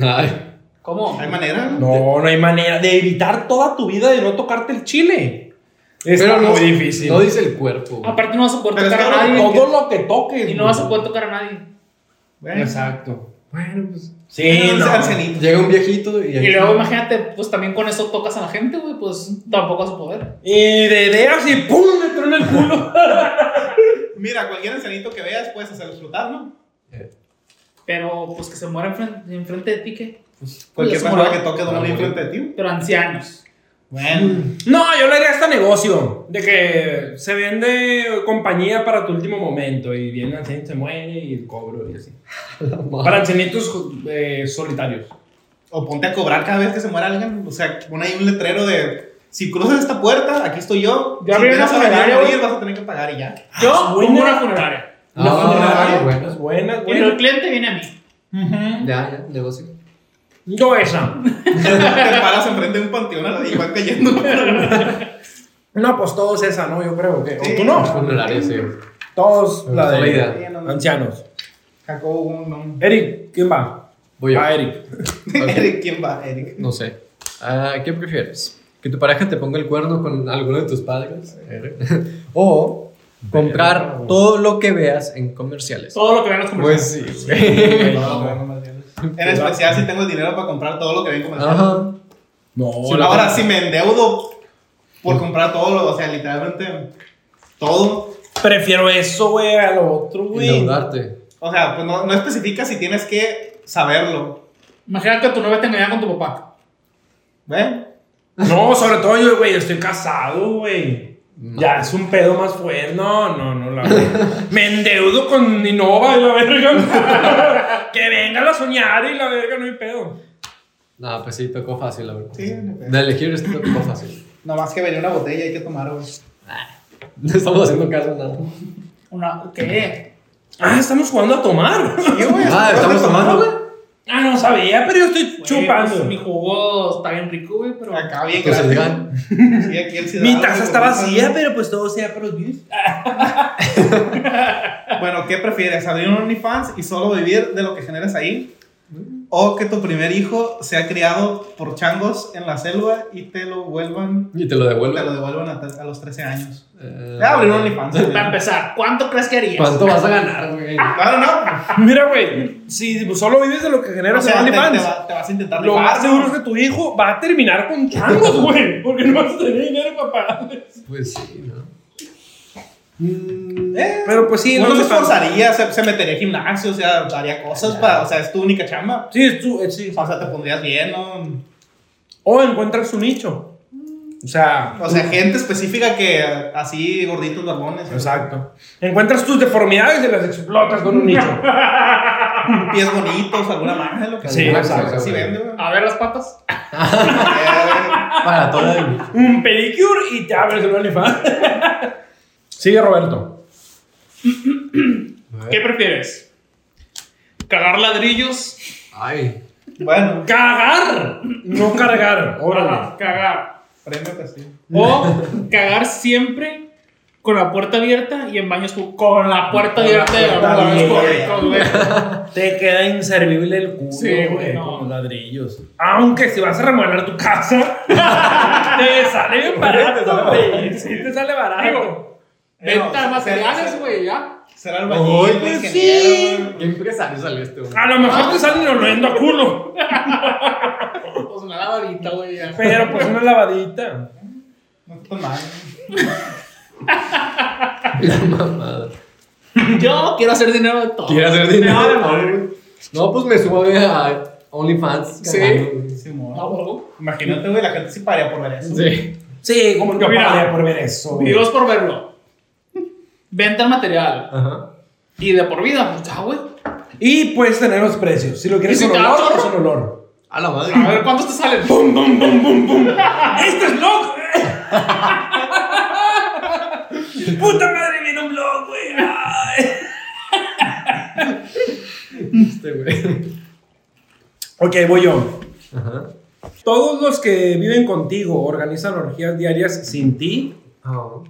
Speaker 1: Ay.
Speaker 3: ¿Cómo?
Speaker 4: hay manera.
Speaker 2: No, no hay manera de evitar toda tu vida de no tocarte el chile. Es
Speaker 1: Pero no,
Speaker 2: muy difícil. Ah,
Speaker 1: no dice el cuerpo. güey.
Speaker 3: Aparte, no vas a poder
Speaker 4: Pero es
Speaker 3: tocar a
Speaker 4: que ahora
Speaker 3: nadie.
Speaker 2: todo lo que toques.
Speaker 3: Y no vas a poder tocar a nadie.
Speaker 4: Bueno,
Speaker 2: Exacto.
Speaker 1: Bueno, pues.
Speaker 2: Sí,
Speaker 4: bueno,
Speaker 2: no.
Speaker 4: ancianito.
Speaker 1: Llega un viejito y.
Speaker 3: Y luego, imagínate, pues también con eso tocas a la gente, güey, pues tampoco vas a poder.
Speaker 2: Y de veras y ¡pum! Me truena el culo.
Speaker 4: Mira, cualquier ancianito que veas puedes hacer explotar, ¿no?
Speaker 3: Pero, pues que se muera enfrente, enfrente de ti, ¿qué?
Speaker 4: Cualquier
Speaker 3: Pues,
Speaker 4: persona
Speaker 3: moral.
Speaker 4: que toque
Speaker 1: Ah,
Speaker 4: doble
Speaker 1: bueno.
Speaker 4: enfrente de ti.
Speaker 3: Pero ancianos.
Speaker 4: Bueno.
Speaker 2: No, yo le haría hasta este negocio. De que se vende compañía para tu último momento. Y viene el ancianito, se muere y el cobro y así. Para ancianitos eh, solitarios.
Speaker 4: O ponte a cobrar cada vez que se muera alguien. O sea, pon ahí un letrero de. Si cruzas esta puerta, aquí estoy yo.
Speaker 3: Ya
Speaker 4: si
Speaker 3: abrieron
Speaker 4: vienes
Speaker 3: la
Speaker 4: a venir a
Speaker 3: funeraria,
Speaker 4: morir, vas a tener que pagar y ya.
Speaker 3: Yo
Speaker 2: Ah, buena.
Speaker 3: pongo una funeraria.
Speaker 2: Una
Speaker 1: Ah,
Speaker 2: funeraria,
Speaker 1: bueno.
Speaker 2: es buena, es
Speaker 3: Y el
Speaker 2: buena.
Speaker 3: cliente viene a mí.
Speaker 2: Ujú.
Speaker 1: Ya, ya, negocio.
Speaker 2: Yo esa.
Speaker 4: te paras enfrente de un panteón a la y van cayendo.
Speaker 2: No, pues todos esa, ¿no? Yo creo que.
Speaker 4: Sí.
Speaker 2: ¿O tú no?
Speaker 1: Funeraria, sí.
Speaker 2: Todos la de
Speaker 1: la idea.
Speaker 2: ancianos.
Speaker 4: Jacobo, no.
Speaker 2: Eric, ¿quién va?
Speaker 1: Voy yo.
Speaker 2: Va, Eric.
Speaker 4: Eric, ¿quién va? Eric.
Speaker 1: No sé. Ah, ¿Qué prefieres? ¿Que tu pareja te ponga el cuerno con alguno de tus padres? ¿O comprar todo lo que veas en comerciales?
Speaker 3: Todo lo que vean los comerciales.
Speaker 1: Pues sí, güey.
Speaker 4: No, no, no, En especial si tengo el dinero para comprar todo lo que ven comercial.
Speaker 1: Ajá.
Speaker 2: No,
Speaker 4: Si no,
Speaker 2: la
Speaker 4: ahora,
Speaker 2: verdad.
Speaker 4: si me endeudo por comprar todo, lo- o sea, literalmente todo.
Speaker 2: Prefiero eso, güey, a lo otro, güey.
Speaker 1: Endeudarte.
Speaker 4: O sea, pues no, no especifica si tienes que saberlo.
Speaker 3: Imagina que tu novia te engaña con tu papá.
Speaker 4: ¿Ven?
Speaker 2: No, sobre todo yo, güey, estoy casado, güey. Ya es un pedo más fuerte. No, no, no, la verdad. Me endeudo con Innova y la verga. que venga a soñar y la verga, no hay pedo.
Speaker 1: No, pues sí, tocó fácil, la verdad.
Speaker 4: Sí, no
Speaker 1: De elegir esto tocó fácil.
Speaker 4: Nomás que venía una botella y hay que tomar, güey.
Speaker 1: No estamos haciendo caso a nada.
Speaker 3: Una, ¿qué?
Speaker 2: Ah, estamos jugando a tomar.
Speaker 4: Sí, güey,
Speaker 1: Ah,
Speaker 4: es-
Speaker 1: ¿estamos
Speaker 4: es-
Speaker 1: tomando, güey?
Speaker 2: ah, no sabía, pero yo estoy
Speaker 3: Güey, pues, mi
Speaker 2: chupando.
Speaker 3: jugo está bien rico, güey, pero.
Speaker 4: Acá bien,
Speaker 1: Entonces
Speaker 4: gracias.
Speaker 1: digan,
Speaker 4: Sí, aquí el ciudadano
Speaker 2: Mi taza
Speaker 4: lo
Speaker 2: está
Speaker 4: compra.
Speaker 2: vacía, pero pues todo sea para los views.
Speaker 4: Bueno, ¿qué prefieres? ¿Abrir un OnlyFans y solo vivir de lo que generas ahí? O que tu primer hijo sea criado por changos en la selva y te lo vuelvan,
Speaker 1: Y te lo
Speaker 4: te lo
Speaker 1: devuelven.
Speaker 4: devuelvan a, a los 13 años.
Speaker 1: Eh,
Speaker 4: Ya abrir un OnlyFans. güey.
Speaker 3: Para empezar, ¿cuánto crees que harías?
Speaker 1: ¿Cuánto vas a ganar, güey?
Speaker 4: Claro, no.
Speaker 2: Mira, güey, si solo vives de lo que
Speaker 4: O
Speaker 2: generas
Speaker 4: sea,
Speaker 2: en
Speaker 4: te, te
Speaker 2: OnlyFans,
Speaker 4: va- te vas a intentar
Speaker 2: lo
Speaker 4: rifar,
Speaker 2: más seguro es
Speaker 4: ¿no?
Speaker 2: que tu hijo va a terminar con changos, güey, porque no vas a tener dinero para pagarles.
Speaker 1: Pues sí, ¿no?
Speaker 4: Eh,
Speaker 2: Pero pues sí,
Speaker 4: uno se
Speaker 2: entonces-
Speaker 4: esforzaría, se, se metería a gimnasio, o sea, haría cosas para, o sea, es tu única chamba.
Speaker 2: Sí, es tu- eh, sí.
Speaker 4: O sea, te pondrías bien, ¿no?
Speaker 2: O encuentras su nicho. O sea,
Speaker 4: O sea, gente específica que eh, así gorditos, barbones.
Speaker 2: exacto. Encuentras tus deformidades y las explotas con un nicho.
Speaker 4: Pies bonitos, alguna madre, lo que
Speaker 2: Sí,
Speaker 4: sea.
Speaker 1: exacto,
Speaker 4: Sí
Speaker 1: güey.
Speaker 4: vende, güey.
Speaker 3: A ver las patas.
Speaker 4: Eh,
Speaker 1: Para todo el...
Speaker 2: un pedicure y te abres el OnlyFans. Sigue Roberto.
Speaker 3: ¿Qué prefieres? ¿Cagar ladrillos?
Speaker 1: Ay.
Speaker 4: Eh, Bueno,
Speaker 2: Cagar, no cargar. Órale.
Speaker 3: Ajá, Ah, cagar.
Speaker 4: premio que sí.
Speaker 3: O cagar siempre con la puerta abierta y en baños pú- con la puerta abierta de los
Speaker 2: puerta
Speaker 3: baños
Speaker 4: abierta.
Speaker 3: públicos, güey.
Speaker 2: Te queda inservible el culo,
Speaker 3: Sí, güey, no.
Speaker 2: con los ladrillos. Aunque si vas a remodelar tu casa, te sale bien barato, güey. Sí, te sale barato.
Speaker 3: Digo, venta de
Speaker 4: No,
Speaker 3: materiales,
Speaker 4: ser-
Speaker 3: güey, ya.
Speaker 4: Será albañil,
Speaker 1: Oye, pues
Speaker 4: ingeniero, güey.
Speaker 1: ¿Qué empresario salió este hombre?
Speaker 2: A lo mejor te salen oliendo a culo,
Speaker 3: Pues una lavadita, güey, ya.
Speaker 2: pero pues una lavadita.
Speaker 4: No pues, está tan mal.
Speaker 3: Yo quiero hacer dinero de todo.
Speaker 1: Quiere hacer
Speaker 3: Me
Speaker 1: dinero.
Speaker 3: vale madre.
Speaker 1: No, pues me subo a OnlyFans.
Speaker 3: Sí.
Speaker 1: cagando.
Speaker 4: Sí, mo.
Speaker 3: Ah, huevo.
Speaker 4: Imagínate, güey, la gente sí paría por ver eso.
Speaker 1: Sí.
Speaker 2: Sí, como yo
Speaker 3: Mira.
Speaker 2: pagaría por ver eso. güey.
Speaker 3: Dios por verlo. Venta el material.
Speaker 1: Ajá.
Speaker 3: Y de por vida, pues, ya, güey.
Speaker 2: Y puedes tener los precios. Si lo quieres
Speaker 3: ¿Y si
Speaker 2: con
Speaker 3: te da
Speaker 2: olor,
Speaker 3: chorro?
Speaker 2: es un olor.
Speaker 1: A la madre.
Speaker 3: A ver, ¿cuántos te salen?
Speaker 2: ¡Bum, bum, bum, bum, bum! ¡Este es blog! ¡Puta madre, viene un blog, güey! Ay.
Speaker 1: Este, güey.
Speaker 2: Ok, voy yo.
Speaker 1: Ajá.
Speaker 2: Todos los que viven contigo organizan orgías diarias sin ti.
Speaker 1: Ah.
Speaker 2: Ok.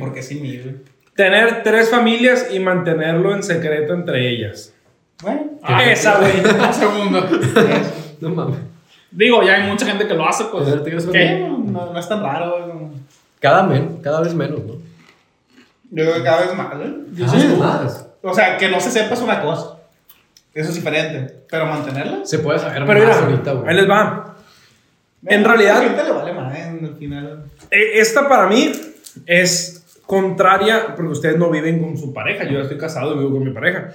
Speaker 4: Porque sin mí, güey.
Speaker 2: Tener tres familias y mantenerlo en secreto entre ellas.
Speaker 4: Bueno,
Speaker 2: Esa, güey.
Speaker 3: Un Ah. segundo.
Speaker 1: No mames.
Speaker 3: Digo, ya hay mucha gente que lo hace, pues.
Speaker 1: A ver, te digo eso.
Speaker 3: ¿Qué?
Speaker 4: no, no es tan raro, güey.
Speaker 1: Cada, men, cada vez menos, ¿no?
Speaker 4: Yo creo que cada vez más, güey.
Speaker 1: Cada vez más.
Speaker 4: O sea, que no se sepa es una cosa. Eso es diferente. Pero mantenerlas.
Speaker 1: Se puede saber
Speaker 2: Pero
Speaker 1: más
Speaker 2: mira,
Speaker 1: ahorita, güey.
Speaker 2: ahí les va. En realidad-
Speaker 4: A eh, la gente le vale más en el final.
Speaker 2: E- Esta para mí es contraria, porque ustedes no viven con su pareja. Yo ya estoy casado y vivo con mi pareja.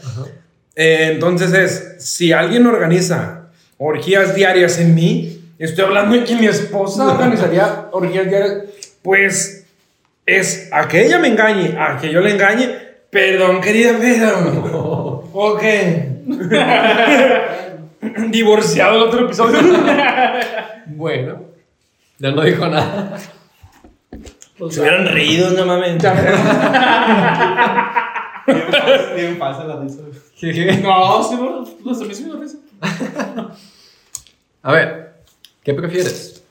Speaker 2: Eh, entonces es, si alguien organiza orgías diarias en mí, estoy hablando de que mi esposa organizaría orgías diarias, pues es a que ella me engañe, a que yo le engañe. Perdón, querida, pero... Ok. Divorciado el otro episodio.
Speaker 1: Bueno. Ya no dijo nada.
Speaker 2: Se hubieran reído, no mames.
Speaker 4: Bien falsa- Bien falsa la risa. güey.
Speaker 3: No, Ah, sí, bueno, los amigos me lo dicen.
Speaker 1: A ver, ¿qué prefieres?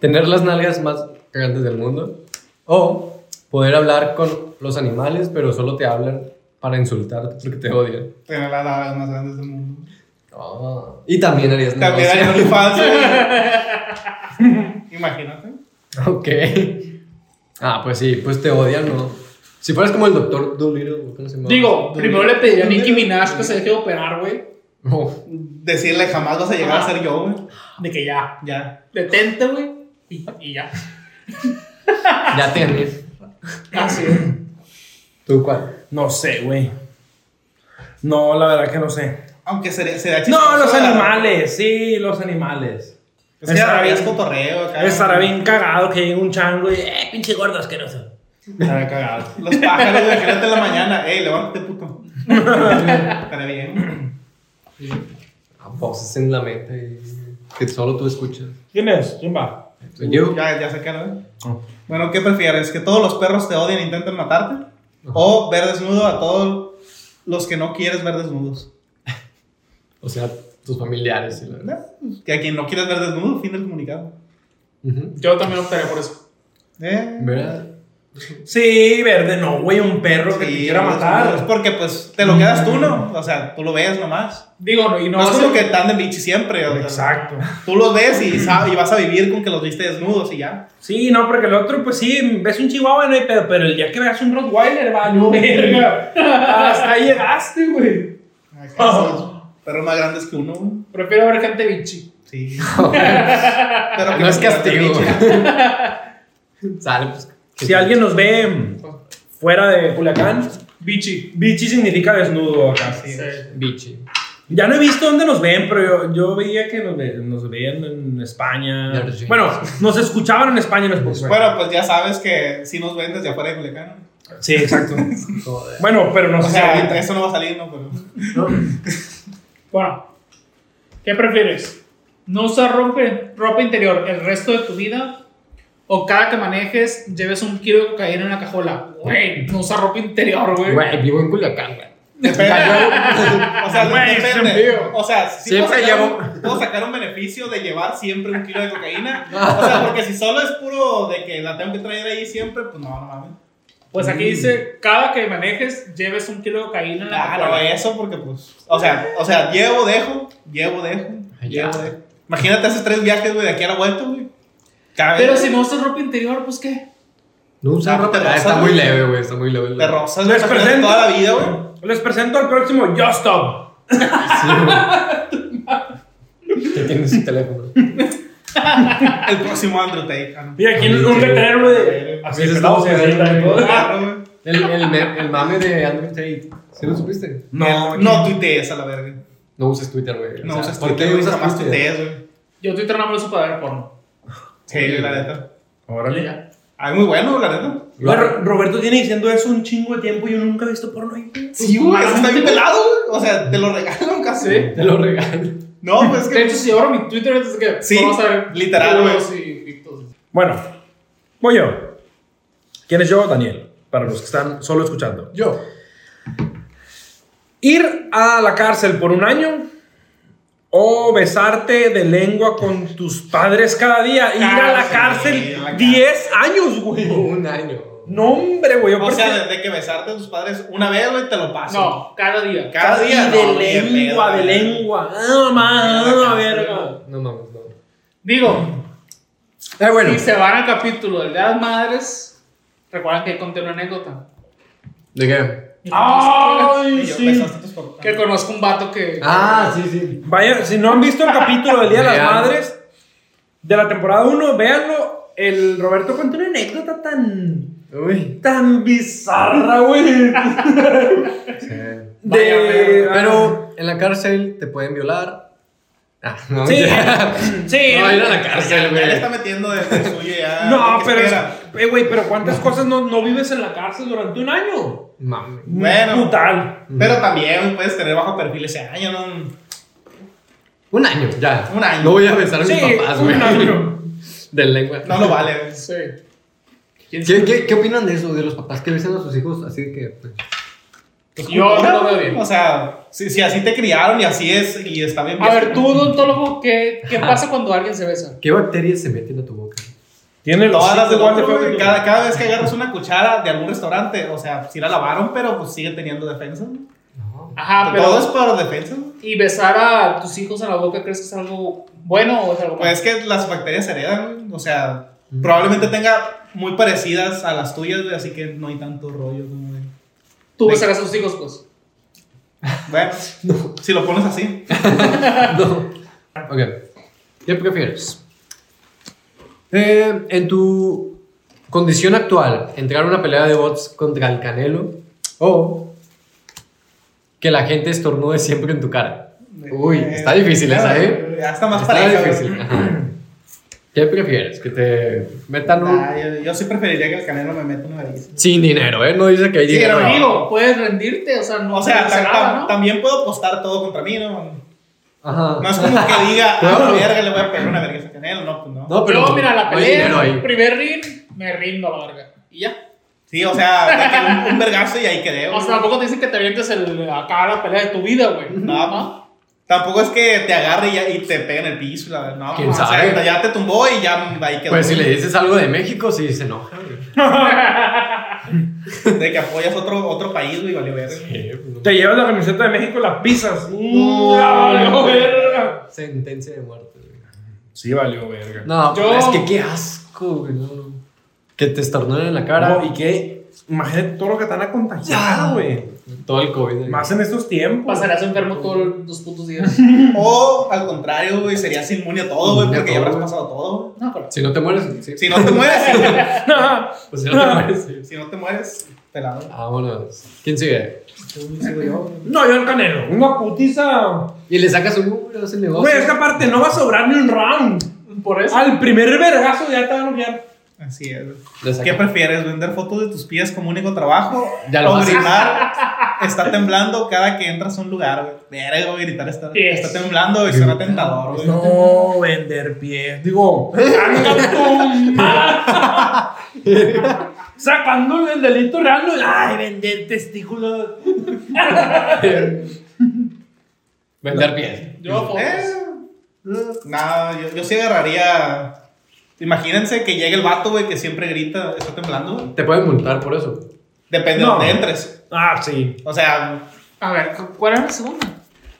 Speaker 1: ¿Tener las nalgas más grandes del mundo? ¿O poder hablar con los animales, pero solo te hablan para insultarte porque te odian?
Speaker 4: Tener las nalgas más grandes del mundo.
Speaker 3: Ah.
Speaker 1: Y también harías
Speaker 4: También hay
Speaker 1: negocio.
Speaker 4: OnlyFans, güey. Imagínate.
Speaker 1: Ok. Ah, pues sí, pues te odian, ¿no? Si fueras como el doctor Dolittle, ¿cómo se llama?
Speaker 3: Digo, primero le pediría a Nicki Minaj que se deje operar, güey.
Speaker 1: No.
Speaker 4: Decirle jamás vas a llegar a ser yo, güey.
Speaker 3: De que ya.
Speaker 4: Ya.
Speaker 3: Detente, güey. Y, y ya.
Speaker 1: ya tienes.
Speaker 3: Casi.
Speaker 1: ¿Tú cuál?
Speaker 2: No sé, güey. No, la verdad que no sé.
Speaker 4: Aunque sería, sería
Speaker 2: No,
Speaker 4: chistoso,
Speaker 2: los
Speaker 4: ¿verdad?
Speaker 2: animales, sí, los animales.
Speaker 4: Es que
Speaker 2: Estará
Speaker 4: habías
Speaker 2: bien-
Speaker 4: cotorreo acá.
Speaker 2: Estará bien cagado que llegue un chango y, eh, pinche gordo asqueroso.
Speaker 4: Estará cagado. Los pájaros, güey, imagínate en la mañana. Ey, levántate, puto. Estará bien.
Speaker 1: A voces en la mente y que solo tú escuchas.
Speaker 2: ¿Quién es? ¿Quién va?
Speaker 1: Soy yo.
Speaker 4: Ya, ya sacaron, güey. Bueno, ¿qué prefieres? ¿Que todos los perros te odien e intenten matarte? ¿O ver desnudo a todos los que no quieres ver desnudos?
Speaker 1: O sea, tus familiares y la verdad.
Speaker 4: Que a quien no quieres ver desnudo, fin del comunicado.
Speaker 1: Ujú.
Speaker 3: Yo también optaría por eso.
Speaker 4: Eh,
Speaker 1: ¿Verdad?
Speaker 2: Sí, verde, no, güey, un perro que te
Speaker 4: Sí,
Speaker 2: quiera
Speaker 4: es- Es
Speaker 2: matar. Mm.
Speaker 4: porque, pues, te lo quedas tú, ¿no? O sea, tú lo ves nomás.
Speaker 3: Digo, no, y no,
Speaker 4: No, es
Speaker 3: vas a-
Speaker 4: como que están de bichi siempre. o sea,
Speaker 2: Exacto.
Speaker 4: Tú los ves y, sabes, y vas a vivir con que los viste desnudos y ya.
Speaker 2: Sí, no, porque el otro, pues sí, ves un chihuahua, no hay pedo, pero el día que veas un Rottweiler, va, no, verga. Hasta ahí llegaste, güey.
Speaker 4: Acaso, Perros más grandes que uno, güey.
Speaker 3: Prefiero ver gente bichi.
Speaker 4: Sí. Pero
Speaker 1: No es castigo.
Speaker 4: bichi.
Speaker 1: Sale, pues. que
Speaker 2: Si alguien nos ve fuera de Culiacán, bichi. Bichi significa desnudo acá.
Speaker 4: Sí.
Speaker 1: Bichi.
Speaker 2: Ya no he visto dónde nos ven, pero yo, yo veía que nos, ve- nos veían en España.
Speaker 1: Ya los
Speaker 2: Bueno, nos escuchaban en España, no es por fuera.
Speaker 4: Bueno, pues ya sabes que si nos ven desde afuera de Culiacán.
Speaker 2: Sí, exacto. bueno, pero no
Speaker 4: O
Speaker 2: sé si
Speaker 4: sea,
Speaker 2: ahorita.
Speaker 4: eso no va a salir, ¿no? Pero...
Speaker 3: Bueno, ¿qué prefieres? ¿No usar ropa, ropa interior el resto de tu vida? ¿O cada que manejes lleves un kilo de cocaína en la cajola? Güey, no usar ropa interior, güey.
Speaker 1: Güey, vivo en Culiacán, güey.
Speaker 4: Depende. o sea,
Speaker 2: Güey,
Speaker 4: depende.
Speaker 2: siempre.
Speaker 4: O sea, sí
Speaker 1: Siempre
Speaker 4: puedo sacar,
Speaker 1: llevo-
Speaker 4: puedo sacar un beneficio de llevar siempre un kilo de cocaína. O sea, porque si solo es puro de que la tengo que traer ahí siempre, pues no, no mames.
Speaker 3: Pues
Speaker 4: Mm.
Speaker 3: aquí dice, cada que manejes lleves un kilo de cocaína en la
Speaker 4: Claro,
Speaker 3: cajuela.
Speaker 4: Ah, eso porque pues, o sea, o sea, llevo, dejo, llevo, dejo,
Speaker 1: Ay,
Speaker 4: llevo,
Speaker 1: ya.
Speaker 4: dejo. Imagínate haces tres viajes, güey, de aquí a la vuelta, güey. Cada
Speaker 3: Pero
Speaker 4: vez-
Speaker 3: si no usas ropa interior, pues qué.
Speaker 1: No usa
Speaker 4: Ah,
Speaker 1: ropa.
Speaker 4: te
Speaker 1: Ah, está
Speaker 4: rozas,
Speaker 1: muy
Speaker 4: güey.
Speaker 1: leve, güey. Está muy leve.
Speaker 4: de rosas, güey,
Speaker 2: Les
Speaker 4: imagínate
Speaker 2: presento.
Speaker 4: toda la vida, güey.
Speaker 2: Les presento al próximo Just Stop.
Speaker 1: Que tiene su teléfono.
Speaker 4: El próximo Andrew Tate. Ah, no.
Speaker 2: Y aquí un letrero de. Así
Speaker 1: Ese
Speaker 2: es,
Speaker 1: es
Speaker 2: no,
Speaker 1: todo, güey.
Speaker 4: Claro, güey.
Speaker 1: El, el, me- el mame de Andrew Tate. ¿Sí lo supiste?
Speaker 2: No,
Speaker 4: no tuitees a la verga.
Speaker 1: No uses Twitter, güey.
Speaker 4: No
Speaker 1: O sea,
Speaker 4: usas
Speaker 1: ¿Por qué
Speaker 4: Twitter, güey,
Speaker 1: usas
Speaker 4: jamás
Speaker 1: Twitter?
Speaker 4: tuitees, güey.
Speaker 3: Yo Twitter no me lo uso para ver porno.
Speaker 4: Sí, la neta.
Speaker 2: Órale.
Speaker 3: Ya.
Speaker 4: Ay, muy bueno, la neta.
Speaker 2: Güey, Ro- Roberto tiene diciendo eso un chingo de tiempo y yo nunca he visto porno ahí.
Speaker 4: Sí,
Speaker 3: Pues,
Speaker 4: güey, eso está bien pelado, güey. O sea, te lo regalan casi.
Speaker 3: Sí.
Speaker 1: Te lo regalo.
Speaker 4: No, pues es
Speaker 3: De
Speaker 4: que.
Speaker 3: hecho, si abro mi Twitter es que
Speaker 4: Sí,
Speaker 3: no vas a ver
Speaker 4: literal, güey.
Speaker 3: videos y TikToks.
Speaker 2: Bueno, voy yo. ¿Quién es yo? Daniel. Para los que están solo escuchando.
Speaker 1: Yo.
Speaker 2: Ir a la cárcel por un año o besarte de lengua con tus padres cada día. Ir a la
Speaker 4: Cárcel,
Speaker 2: cárcel
Speaker 4: la cárcel.
Speaker 2: 10 años, güey.
Speaker 1: Un año.
Speaker 2: No, hombre, güey. yo
Speaker 4: O sea,
Speaker 2: prefiero-
Speaker 4: desde que besarte a tus padres una vez, güey, te lo paso.
Speaker 3: No, cada día.
Speaker 4: Ah, cada día.
Speaker 2: Y de
Speaker 4: no, ni de
Speaker 2: lengua,
Speaker 4: pedo,
Speaker 2: de
Speaker 4: güey.
Speaker 2: lengua. Ah, mamá,
Speaker 4: Ir a la
Speaker 2: ah,
Speaker 4: cárcel,
Speaker 2: verga. Ah,
Speaker 1: No mames, no.
Speaker 3: Digo,
Speaker 1: Eh, bueno.
Speaker 3: si se van al capítulo del de las madres, recuerdan que conté una anécdota.
Speaker 1: ¿De qué?
Speaker 4: Y
Speaker 2: Ay,
Speaker 4: yo,
Speaker 2: sí.
Speaker 4: besaste a tus papás.
Speaker 3: Que conozco un vato que.
Speaker 1: Ah, sí, sí.
Speaker 2: Vaya, si no han visto el capítulo del Día de las
Speaker 1: Vean.
Speaker 2: Madres de la temporada 1, véanlo. El Roberto cuenta una anécdota tan.
Speaker 1: Uy.
Speaker 2: tan bizarra, güey.
Speaker 3: Vaya,
Speaker 2: De.
Speaker 1: Pero en la cárcel te pueden violar. Ah, no.
Speaker 2: Sí,
Speaker 1: ya.
Speaker 2: sí.
Speaker 1: No, ir a la
Speaker 4: Ya
Speaker 1: cárcel,
Speaker 4: le
Speaker 1: güey.
Speaker 4: está metiendo desde suyo ya.
Speaker 2: No,
Speaker 4: ¿qué
Speaker 2: pero. es-
Speaker 4: espera?
Speaker 2: eh, güey, pero ¿cuántas cosas no, no vives en la cárcel durante un año?
Speaker 1: Mame.
Speaker 4: Bueno.
Speaker 2: Brutal.
Speaker 4: Pero también puedes tener bajo perfil ese año, ¿no?
Speaker 1: Un año, ya.
Speaker 4: Un año.
Speaker 1: No voy a besar a mis
Speaker 2: Sí,
Speaker 1: papás,
Speaker 2: un
Speaker 1: güey.
Speaker 2: año.
Speaker 1: De lengua.
Speaker 4: No lo vale. güey.
Speaker 3: Sí. ¿Quién
Speaker 1: ¿Qué,
Speaker 3: sabe?
Speaker 1: qué, ¿Qué opinan de eso? De los papás que besan a sus hijos así de que. pues,
Speaker 3: Yo no lo veo bien.
Speaker 4: O sea, si, si así te criaron y así es y está bien.
Speaker 3: A ver, tú, odontólogo, ¿qué, qué pasa cuando alguien se besa?
Speaker 1: ¿Qué bacterias se meten a tu boca?
Speaker 2: Tiene los
Speaker 4: Todas las
Speaker 2: cinco
Speaker 4: del
Speaker 2: guantes
Speaker 4: mundo,
Speaker 2: feos
Speaker 4: güey,
Speaker 2: que tú-
Speaker 4: cada, cada vez que agarras una cuchara de algún restaurante, o sea, sí la lavaron, pero pues sigue teniendo defensa. ¿no?
Speaker 1: No.
Speaker 3: Ajá, pero.
Speaker 4: Todo es por defensa. ¿no?
Speaker 3: ¿Y besar a tus hijos en la boca crees que es algo bueno o es algo malo?
Speaker 4: Pues es que las bacterias se heredan, güey, o sea, probablemente tenga muy parecidas a las tuyas, güey, así que no hay tanto rollo. como de-
Speaker 3: Tú besarás a tus hijos, pues.
Speaker 4: Bueno, si lo pones así.
Speaker 1: Ok. ¿Qué prefieres? Eh, en tu condición actual, entrar a una pelea de bots contra el canelo o que la gente estornude siempre en tu cara. Uy, está difícil esa, ¿eh?
Speaker 4: Ya está más
Speaker 1: Está
Speaker 4: pareja, güey.
Speaker 1: difícil. ajá. ¿Qué prefieres? ¿Que te metan un...
Speaker 4: Nah, Ah, yo, yo sí preferiría que el canelo me meta una nariz.
Speaker 1: Sin dinero, ¿eh? No dice que hay
Speaker 4: Sí,
Speaker 1: dinero.
Speaker 4: pero
Speaker 1: ahí.
Speaker 3: Digo, puedes rendirte, o sea, no
Speaker 4: O sea,
Speaker 3: pasa
Speaker 4: tam-
Speaker 3: nada,
Speaker 4: tam-
Speaker 3: ¿no?
Speaker 4: también puedo apostar todo contra mí, ¿no?
Speaker 1: Ajá.
Speaker 4: No es como que diga, a la
Speaker 1: Claro.
Speaker 4: verga le voy a pegar una verga a Canelo, no, pues no.
Speaker 1: No, pero
Speaker 3: Yo, mira, la
Speaker 1: no hay dinero
Speaker 3: pelea,
Speaker 1: ahí.
Speaker 3: primer ring, me rindo a la verga. Y ya.
Speaker 4: Sí, o sea, de que un, un vergazo y ahí quedé. güey.
Speaker 3: O sea, tampoco te dicen que te avientes el, acá la pelea de tu vida, güey.
Speaker 4: No, pues,
Speaker 3: ¿Ah?
Speaker 4: Tampoco es que te agarre y, ya- y te pegue en el piso, la verdad. No,
Speaker 1: ¿Quién
Speaker 4: o sea,
Speaker 1: sabe?
Speaker 4: ya te tumbó y ya ahí quedó.
Speaker 1: Pues si le dices algo de México, sí se enoja. güey.
Speaker 4: De que apoyas otro, otro país, güey, valió verga.
Speaker 2: Te llevas la camiseta de México y la pisas.
Speaker 1: Mm.
Speaker 2: ¡Ah, valió verga!
Speaker 1: Sentencia de muerte, güey.
Speaker 2: Sí, valió verga.
Speaker 1: No,
Speaker 3: Yo-
Speaker 1: es que qué asco, güey. no. Que te estornuden en la cara.
Speaker 2: No, ¿Y qué? Imagínate todo lo que te van a contagiar, güey.
Speaker 1: Todo el COVID. ahí.
Speaker 2: Más en estos tiempos.
Speaker 3: Pasarás enfermo todos los putos días.
Speaker 4: O al contrario, güey, serías inmune a todo, güey,
Speaker 1: Inmune a
Speaker 4: porque ya
Speaker 1: todo,
Speaker 4: habrás
Speaker 1: güey.
Speaker 4: pasado todo.
Speaker 3: No, pero.
Speaker 1: Si no te mueres, sí.
Speaker 4: Si no te mueres, sí, güey.
Speaker 1: Pues si no te mueres, sí.
Speaker 4: si no te mueres, pelado.
Speaker 1: Vámonos. ¿Quién sigue?
Speaker 2: No, yo el canelo. Una putiza.
Speaker 1: Y le sacas un número, es el negocio.
Speaker 2: Güey, es que aparte no va a sobrar ni un round.
Speaker 3: Por eso.
Speaker 2: Al primer vergazo ya te van a noquear.
Speaker 4: Así es. güey.
Speaker 1: Le saca-
Speaker 4: ¿Qué prefieres? ¿Vender fotos de tus pies como único trabajo?
Speaker 1: Ya lo
Speaker 4: ¿O
Speaker 1: haces.
Speaker 4: gritar? Está temblando cada que entras a un lugar, güey. Verga, güey, gritar está,
Speaker 3: Yes.
Speaker 4: está temblando y suena tentador, güey.
Speaker 2: No, vender pies. Digo, anda tu ma- Sacándole el delito real. no, Ay, vender testículos.
Speaker 1: Vender pies.
Speaker 3: Yo, fotos.
Speaker 4: Eh, No, yo, yo sí agarraría. Imagínense que llegue el vato, güey, que siempre grita, está temblando. güey.
Speaker 1: Te pueden multar por eso.
Speaker 4: Depende
Speaker 2: No.
Speaker 4: de dónde entres.
Speaker 2: Ah, sí.
Speaker 4: O sea,
Speaker 3: A ver, ¿cu- ¿cuál era la segunda?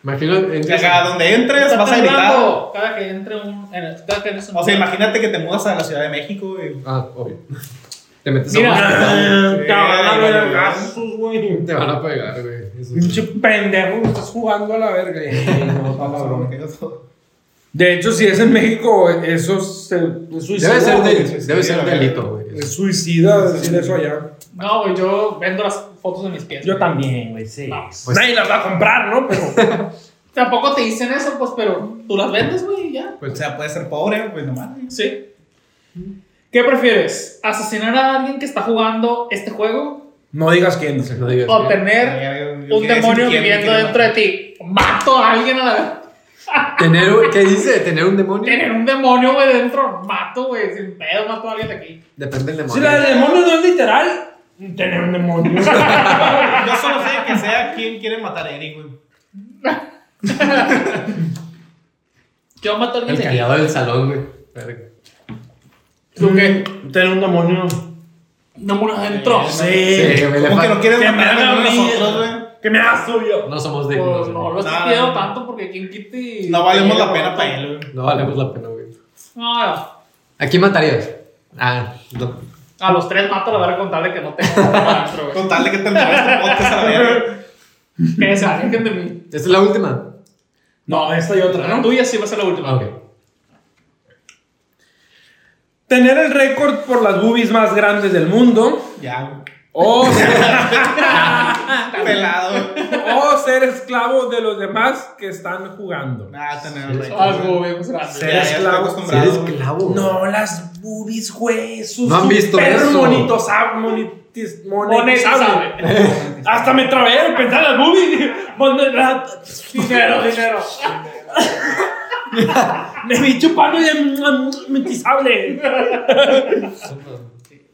Speaker 1: Imagino.
Speaker 4: que
Speaker 1: entras-
Speaker 4: acá donde entres vas a gritar.
Speaker 3: temblando Cada que entre un. en el- cada que entres un.
Speaker 4: O sea, imagínate que te mudas a la Ciudad de México, güey.
Speaker 1: Ah, obvio. Te metes
Speaker 3: Mira.
Speaker 1: a un hospital.
Speaker 2: Te van a
Speaker 4: ay,
Speaker 2: vergazos, güey.
Speaker 1: Te van a pegar, güey. Eso sí.
Speaker 2: Pinche pendejo, estás jugando a la verga. No, cabrón. De hecho, si es en México, eso es, eh, es suicida.
Speaker 1: Debe ser,
Speaker 2: güey.
Speaker 1: de- debe ser delito, güey.
Speaker 2: Es suicida decir eso allá.
Speaker 3: No, güey, yo vendo las fotos de mis pies.
Speaker 2: Yo también, güey, sí.
Speaker 3: Vamos.
Speaker 2: Pues- Nadie las va a comprar, ¿no? Pero
Speaker 3: Tampoco te dicen eso, pues, pero tú las vendes, güey, y ya.
Speaker 4: O sea, puedes ser pobre, pues nomás. güey.
Speaker 3: Sí. ¿Qué prefieres? ¿Asesinar a alguien que está jugando este juego?
Speaker 2: no digas quién.
Speaker 1: No digas.
Speaker 3: ¿O
Speaker 1: que-
Speaker 3: tener
Speaker 4: Yo- yo
Speaker 3: un
Speaker 4: quería decir
Speaker 3: demonio
Speaker 4: quién,
Speaker 3: viviendo
Speaker 4: quién era.
Speaker 3: dentro de ti? Mato a alguien a la vez.
Speaker 1: Tener, un- ¿Qué dice? ¿Tener un demonio?
Speaker 3: Tener un demonio, güey, dentro. Mato, güey, sin pedo, mato a alguien de aquí.
Speaker 1: Depende del
Speaker 2: Si
Speaker 1: demonio.
Speaker 2: la del demonio no es literal, tener un demonio.
Speaker 4: Ah, Yo solo sé que sea quien quiere matar a Eric, güey.
Speaker 3: Yo mato a alguien
Speaker 1: El
Speaker 3: de aquí.
Speaker 1: callado del salón, güey. Verga.
Speaker 3: ¿Tú qué?
Speaker 2: tener un demonio.
Speaker 3: Demonio adentro.
Speaker 1: Sí, güey, le
Speaker 4: Como que
Speaker 1: falta-
Speaker 4: no quieres
Speaker 2: Que me
Speaker 4: matar
Speaker 2: haga
Speaker 4: a
Speaker 2: a mí.
Speaker 4: nosotros, güey.
Speaker 2: Que me hagas suyo.
Speaker 1: No somos dignos.
Speaker 3: Pues
Speaker 1: güey.
Speaker 3: no
Speaker 1: No,
Speaker 3: lo estoy
Speaker 4: No,
Speaker 3: pidiendo
Speaker 4: no.
Speaker 3: tanto porque quien quite. y-
Speaker 4: No valemos la pena para él, güey.
Speaker 1: valemos pues la pena, güey.
Speaker 3: No, no.
Speaker 1: ¿A quién matarías? Ah, no.
Speaker 3: a los tres mato la verdad con tal de que no tengo adentro, güey.
Speaker 4: Con tal de que te mueves este podcast a la verga.
Speaker 3: Que se alejen de mí.
Speaker 1: Esta es la última.
Speaker 2: No, esta y otra,
Speaker 3: La
Speaker 2: ¿no?
Speaker 3: tuya sí va a ser la última.
Speaker 1: Ah, ok.
Speaker 2: Tener el récord por las boobies más grandes del mundo.
Speaker 4: Ya, güey.
Speaker 2: O
Speaker 4: Pelado. güey.
Speaker 2: o ser esclavo de los demás que están jugando.
Speaker 4: Nada, Ah, tener
Speaker 1: Sí,
Speaker 3: Algo, güey, pues grande.
Speaker 2: Sí.
Speaker 4: Ya, ya estoy
Speaker 1: Si eres
Speaker 4: acostumbrado. güey.
Speaker 1: esclavo. güey.
Speaker 2: No, las boobies, güey. Esos
Speaker 1: No han visto
Speaker 2: perros
Speaker 1: eso.
Speaker 2: Monitos, ah, monitis, monetizables.
Speaker 3: Monetizable.
Speaker 2: Hasta me trabé de pensar en las boobies. Monera-
Speaker 3: Dinero, dinero.
Speaker 2: Me vi chupando y mm, monetizable.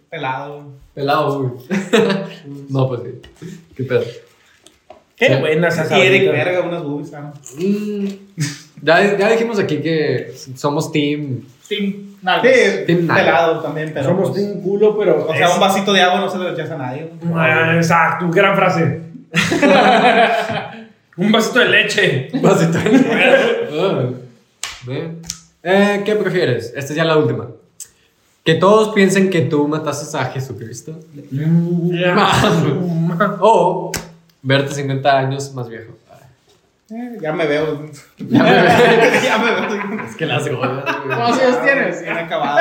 Speaker 4: Pelado. güey.
Speaker 1: Pelado, güey. no, pues sí. Qué pedo.
Speaker 2: Qué
Speaker 1: Sí.
Speaker 2: buenas esas
Speaker 4: Y Eric,
Speaker 2: ahorita.
Speaker 4: verga, unas boobies. ah, no.
Speaker 1: Mm, ya, ya dijimos aquí que somos team.
Speaker 3: Team Nalgas.
Speaker 4: Sí,
Speaker 1: Team nada.
Speaker 4: pelado también, pero.
Speaker 2: Somos
Speaker 4: pues,
Speaker 2: de un culo, pero.
Speaker 4: O sea, un vasito de agua no se lo rechaza a nadie. güey.
Speaker 2: Ah, Exacto, gran frase. un vasito de leche.
Speaker 1: Vasito. Ah, ve. Eh, ¿Qué prefieres? Esta es ya la última. Que todos piensen que tú mataste a Jesucristo. O verte 50 años más viejo.
Speaker 4: Eh, ya me veo.
Speaker 1: Ya me ve.
Speaker 4: ya me veo.
Speaker 1: Es que las gordas, güey.
Speaker 3: ¿Cuántos años tienes?
Speaker 4: Bien acabado.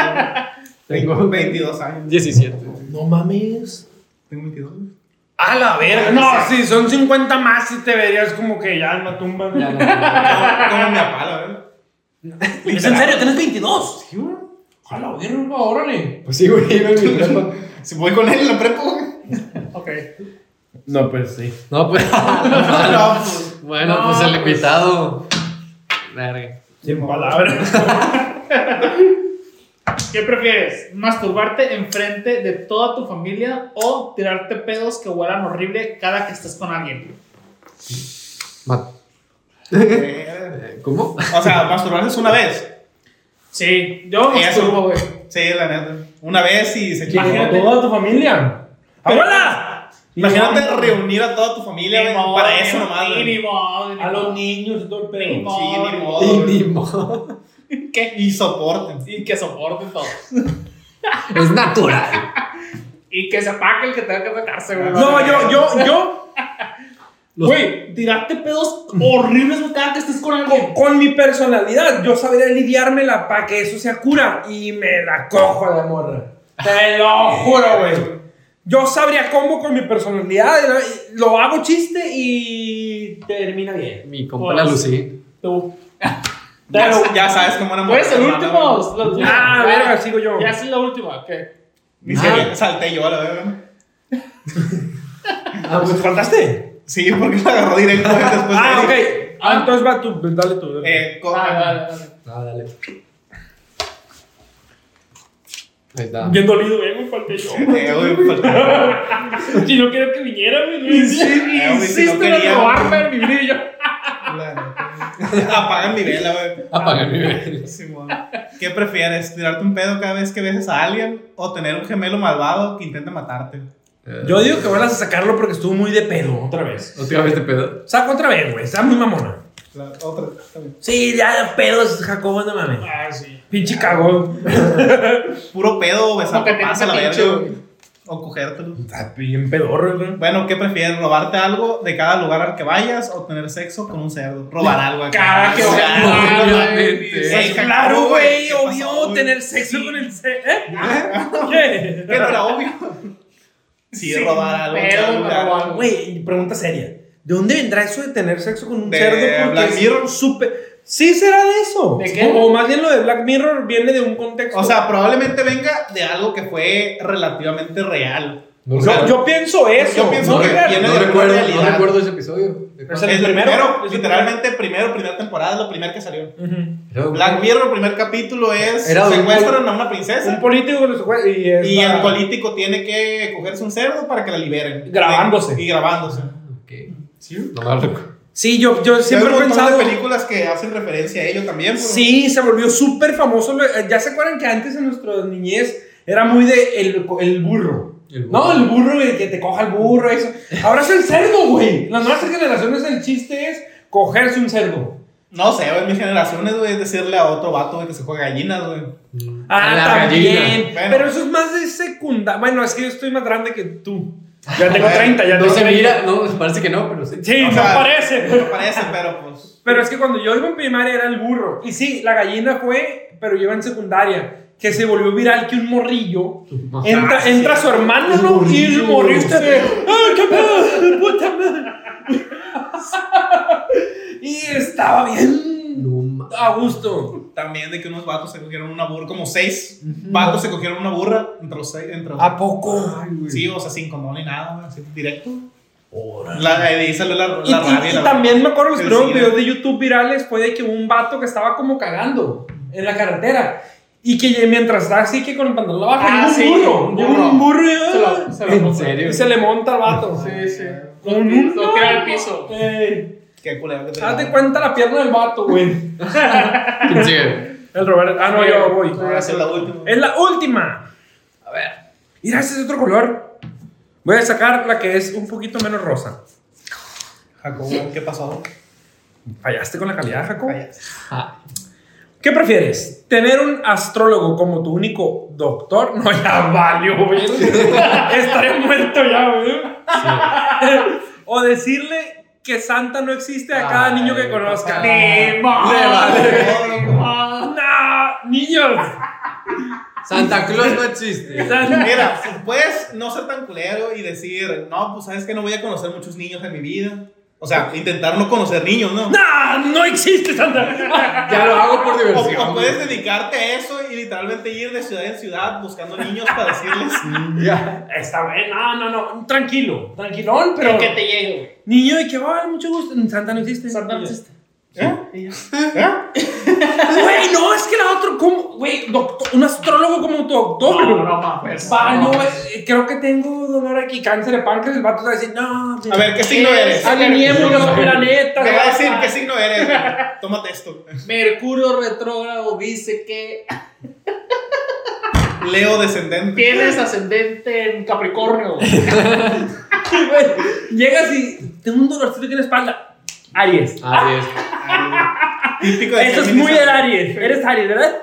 Speaker 4: güey.
Speaker 1: Tengo-
Speaker 4: 22 años.
Speaker 1: 17.
Speaker 2: No mames.
Speaker 4: Tengo 22. güey.
Speaker 2: A la verga. No, sí, son 50 más y te verías como que ya en la tumba.
Speaker 1: Ya, no, no, no.
Speaker 4: Como me apala, güey.
Speaker 2: ¿Es en serio? ¿Tienes 22? Sí, güey. A la verga, órale.
Speaker 1: Pues sí, güey, iba en mi prepa.
Speaker 4: Si voy con él en la prepa, güey.
Speaker 3: Ok.
Speaker 2: No, pues sí.
Speaker 1: No, pues.
Speaker 4: No, pues.
Speaker 1: Bueno,
Speaker 3: No,
Speaker 1: pues el
Speaker 3: pues.
Speaker 1: invitado. Verga.
Speaker 2: Sin palabras.
Speaker 3: ¿Qué prefieres? ¿Masturbarte enfrente de toda tu familia o tirarte pedos que huelan horrible cada que estés con alguien?
Speaker 1: Ma-
Speaker 4: eh,
Speaker 1: eh, ¿Cómo?
Speaker 4: O sea, masturbarse es una vez.
Speaker 3: Sí, yo me
Speaker 4: Eso.
Speaker 3: masturbo, güey.
Speaker 4: Sí, la neta. Una vez y se chingó.
Speaker 2: Imagínate toda tu familia. ¡Abuela!
Speaker 4: Imagínate
Speaker 2: no, no.
Speaker 4: reunir a toda tu familia, güey,
Speaker 3: modo,
Speaker 4: para eso
Speaker 3: ni
Speaker 4: nomás, güey.
Speaker 3: ni modo, ni
Speaker 2: A
Speaker 3: modo.
Speaker 2: los niños y todo el
Speaker 3: Ni
Speaker 2: pedo.
Speaker 3: modo.
Speaker 4: Sí, ni modo,
Speaker 1: Y
Speaker 4: güey.
Speaker 1: ni modo.
Speaker 3: ¿Qué?
Speaker 4: Y soporten.
Speaker 3: Y que soporten todo.
Speaker 1: Es natural.
Speaker 3: Y que se apague el que tenga que sacarse, güey.
Speaker 2: No, yo, yo, yo,
Speaker 1: Los-
Speaker 2: güey,
Speaker 3: Tirarte pedos horribles, güey, cada que estés con
Speaker 2: con,
Speaker 3: alguien.
Speaker 2: con mi personalidad, yo sabría lidiármela para que eso sea cura. Y me la cojo a la morra. Te lo juro, güey. Yo sabría cómo con mi personalidad. y Lo lo hago chiste y termina bien.
Speaker 1: Mi compa la Lucy.
Speaker 3: Tú.
Speaker 4: Ya, ya sabes cómo enamorar.
Speaker 3: Pues el último. los-
Speaker 2: Ah,
Speaker 3: ya,
Speaker 2: verga, sigo yo.
Speaker 3: Ya es la última, ¿qué?
Speaker 4: Ni
Speaker 1: Ah.
Speaker 4: siquiera salté yo a la verga.
Speaker 1: Ah,
Speaker 2: ¿Te
Speaker 1: pues,
Speaker 2: faltaste?
Speaker 4: Sí, porque la agarró directo güey, después de
Speaker 2: Ah,
Speaker 4: Eric.
Speaker 2: ok. Ah, entonces va tú, dale tú.
Speaker 4: Eh, con-
Speaker 3: Dale, dale, dale.
Speaker 1: ah, dale. Ahí está.
Speaker 2: Bien dolido, güey, me falté yo.
Speaker 4: Eh, güey, faltaba.
Speaker 3: Si no quiero que viniera, güey. no
Speaker 4: Eh, güey, si no
Speaker 3: Insiste
Speaker 4: quería,
Speaker 3: en robarme mi brillo.
Speaker 4: La neta. Apagan mi vela, güey.
Speaker 1: Apaga mi vela.
Speaker 4: Simón. ¿Qué prefieres? ¿Tirarte un pedo cada vez que beses a alguien? ¿O tener un gemelo malvado que intenta matarte?
Speaker 1: Eh,
Speaker 2: Yo digo que vuelvas a sacarlo porque estuvo muy de pedo otra vez.
Speaker 1: Otra vez te pedo.
Speaker 2: Saco otra vez, güey. Está muy mamona.
Speaker 4: La otra. está bien.
Speaker 2: Sí, ya de pedos, Jacobo, no mames.
Speaker 3: Ah, sí.
Speaker 2: Pinche cagón.
Speaker 4: Puro pedo o besar
Speaker 3: Como que
Speaker 4: papás
Speaker 3: tengas
Speaker 4: a la
Speaker 3: pinche,
Speaker 4: verga.
Speaker 3: güey.
Speaker 4: güey. O cogértelo.
Speaker 2: Está bien pedorro, güey.
Speaker 4: Bueno, ¿qué prefieres? ¿Robarte algo de cada lugar al que vayas o tener sexo con un cerdo? Robar algo. acá.
Speaker 3: Cada que
Speaker 4: O
Speaker 3: voy
Speaker 4: sea,
Speaker 3: a-
Speaker 1: obviamente.
Speaker 4: Ey,
Speaker 2: Claro,
Speaker 4: Jacobo,
Speaker 2: güey.
Speaker 4: ¿qué
Speaker 2: Obvio
Speaker 4: pasó, güey? Ah.
Speaker 2: tener sexo con el se- ¿Eh? ¿Qué?
Speaker 4: Que no era obvio. Sí,
Speaker 3: Sin
Speaker 4: robar algo.
Speaker 3: pedo,
Speaker 4: cada lugar.
Speaker 3: robo algo.
Speaker 2: Güey, pregunta seria. ¿De dónde vendrá eso de tener sexo con un
Speaker 4: De
Speaker 2: cerdo?
Speaker 4: Black
Speaker 2: es
Speaker 4: Mirror.
Speaker 2: súper- Sí, será de eso.
Speaker 3: ¿De qué?
Speaker 2: O, o más bien lo de Black Mirror viene de un contexto.
Speaker 4: O sea, probablemente venga de algo que fue relativamente real.
Speaker 1: No,
Speaker 2: yo, yo pienso eso.
Speaker 4: Yo pienso
Speaker 1: no,
Speaker 4: que
Speaker 1: recuerdo-
Speaker 4: viene
Speaker 1: no
Speaker 4: de
Speaker 1: recuerdo,
Speaker 4: alguna
Speaker 1: no
Speaker 4: realidad.
Speaker 1: recuerdo ese episodio.
Speaker 2: Es el
Speaker 4: es el
Speaker 2: primero,
Speaker 4: primero,
Speaker 2: es el
Speaker 4: literalmente primero, primera temporada, es lo primero que salió.
Speaker 2: Ujú.
Speaker 1: Era un-
Speaker 4: Black Mirror, el primer capítulo es
Speaker 1: Era un-
Speaker 4: secuestran a una
Speaker 2: Un
Speaker 4: princesa
Speaker 2: político con los jue- y, es
Speaker 4: y
Speaker 2: la-
Speaker 4: el político tiene que cogerse un cerdo para que la liberen.
Speaker 2: Grabándose.
Speaker 4: Y grabándose.
Speaker 1: Ok. No me recuerdo.
Speaker 2: Sí, yo, yo siempre
Speaker 4: Hay
Speaker 2: he
Speaker 4: un montón
Speaker 2: pensado.
Speaker 4: de películas que hacen referencia a ello también. Pues, pero-
Speaker 2: Sí, se volvió súper famoso. lo- eh, Ya se acuerdan que antes en nuestra niñez era muy de el, el burro.
Speaker 1: El burro.
Speaker 2: No, el burro, el que te coja el burro, eso. Ahora es el cerdo, güey. Las nuevas generaciones el chiste es cogerse un cerdo.
Speaker 4: No sé, en mi generación güey, es decirle a otro vato güey, que se juega gallinas, güey.
Speaker 2: Ah,
Speaker 1: La
Speaker 2: también.
Speaker 1: gallina.
Speaker 4: Bueno.
Speaker 2: Pero eso es más de secundaria. Bueno, es que yo estoy más grande que tú. Ya tengo
Speaker 4: Bueno,
Speaker 2: 30, ya
Speaker 1: No
Speaker 2: tengo
Speaker 1: se
Speaker 2: 30.
Speaker 1: mira, no, parece que no, pero sí.
Speaker 2: Sí,
Speaker 4: O
Speaker 2: no
Speaker 4: sea,
Speaker 2: parece.
Speaker 4: No parece, pero pues.
Speaker 2: Pero es que cuando yo iba en primaria era el burro. Y sí, la gallina fue, pero yo iba en secundaria. Que se volvió viral que un morrillo entra,
Speaker 4: Ah, sí,
Speaker 2: entra
Speaker 4: sí.
Speaker 2: su hermano
Speaker 1: El
Speaker 2: ¿no? y el
Speaker 1: morrillo.
Speaker 2: morrillo está de, ¡Ah, qué pedo! ¡Puta madre! y estaba bien
Speaker 1: No ma-
Speaker 2: a gusto.
Speaker 4: También de que unos vatos se cogieron una burra, como seis vatos se cogieron una burra entre los seis. Entre los-
Speaker 2: ¿A poco?
Speaker 4: sí, o sea, sin condón ni nada, güey, así, directo. La, ahí salió la, la
Speaker 2: Y, y-
Speaker 4: rabia.
Speaker 2: y
Speaker 4: la-
Speaker 2: también me acuerdo los
Speaker 4: el
Speaker 2: primeros
Speaker 4: SIDA.
Speaker 2: videos de YouTube virales fue de que un vato que estaba como cagando en la carretera y que ya- mientras estaba así que con el pantalón abajo,
Speaker 3: Ah,
Speaker 2: llegó un
Speaker 3: sí,
Speaker 2: burro,
Speaker 3: un
Speaker 2: llegó un burro y,
Speaker 3: Se lo- se lo
Speaker 1: ¿En
Speaker 3: pongo.
Speaker 1: serio?
Speaker 2: y se le monta al vato.
Speaker 3: Sí, sí.
Speaker 2: Con un
Speaker 3: Lo tira al piso.
Speaker 2: Ey,
Speaker 4: Qué culero que te
Speaker 2: Hazte cuenta la pierna del vato, güey.
Speaker 1: ¿Quién sigue?
Speaker 2: El Roberto. Ah, no, yo voy.
Speaker 4: Ah, esa es la última.
Speaker 2: Es la última. A ver. Mira, este es otro color. Voy a sacar la que es un poquito menos rosa.
Speaker 4: Jacobo, ¿qué pasó?
Speaker 2: Fallaste con la calidad, Jacob.
Speaker 4: Vaya.
Speaker 1: Ah,
Speaker 2: ¿Qué prefieres? ¿Tener un astrólogo como tu único doctor? No, ya valió, güey. Estaré muerto ya, güey.
Speaker 1: sí.
Speaker 2: O decirle que Santa no existe a cada
Speaker 1: Ay,
Speaker 2: niño que conozca.
Speaker 1: papá.
Speaker 3: Ni modo,
Speaker 1: Le vale.
Speaker 3: ni modo.
Speaker 2: ¡No! ¡Niños!
Speaker 1: Santa Claus no existe.
Speaker 2: San-
Speaker 4: Mira, si puedes no ser tan culero y decir, no, pues sabes que no voy a conocer muchos niños en mi vida. O sea, intentar no conocer niños, ¿no?
Speaker 2: ¡No! ¡No existe Santa!
Speaker 1: Ya lo hago por
Speaker 4: O,
Speaker 1: diversión.
Speaker 4: o puedes dedicarte a eso y literalmente ir de ciudad en ciudad buscando niños para decirles.
Speaker 1: Ya.
Speaker 2: Está bien, Ah, no, no, no. Tranquilo, tranquilón, pero.
Speaker 3: Pero que te llegue, güey.
Speaker 2: Niño, de que va, mucho gusto. Santa no existe.
Speaker 3: Santa no existe.
Speaker 4: ¿Eh?
Speaker 3: Y ya.
Speaker 4: ¿Eh?
Speaker 2: Pues, Güey, no, es que la otra, ¿cómo? Güey, doctor- un astrólogo como tu doctor.
Speaker 3: No, no, mames.
Speaker 2: Pano, eh, creo que tengo dolor aquí, cáncer de páncreas. El vato te va a decir, no,
Speaker 4: A ver, ¿qué signo eres?
Speaker 2: Ah, alineemos los planetas.
Speaker 4: Te va a decir
Speaker 2: raza".
Speaker 4: qué signo eres. güey. Tómate esto.
Speaker 3: Mercurio retrógrado dice que.
Speaker 4: Leo descendente.
Speaker 3: Tienes ascendente en Capricornio.
Speaker 2: Güey, Llegas y tengo un dolorcito aquí en la espalda. Aries.
Speaker 1: Así es.
Speaker 4: Típico de
Speaker 2: Eso es
Speaker 4: Géminis.
Speaker 2: muy del Aries. Eres Aries, ¿verdad?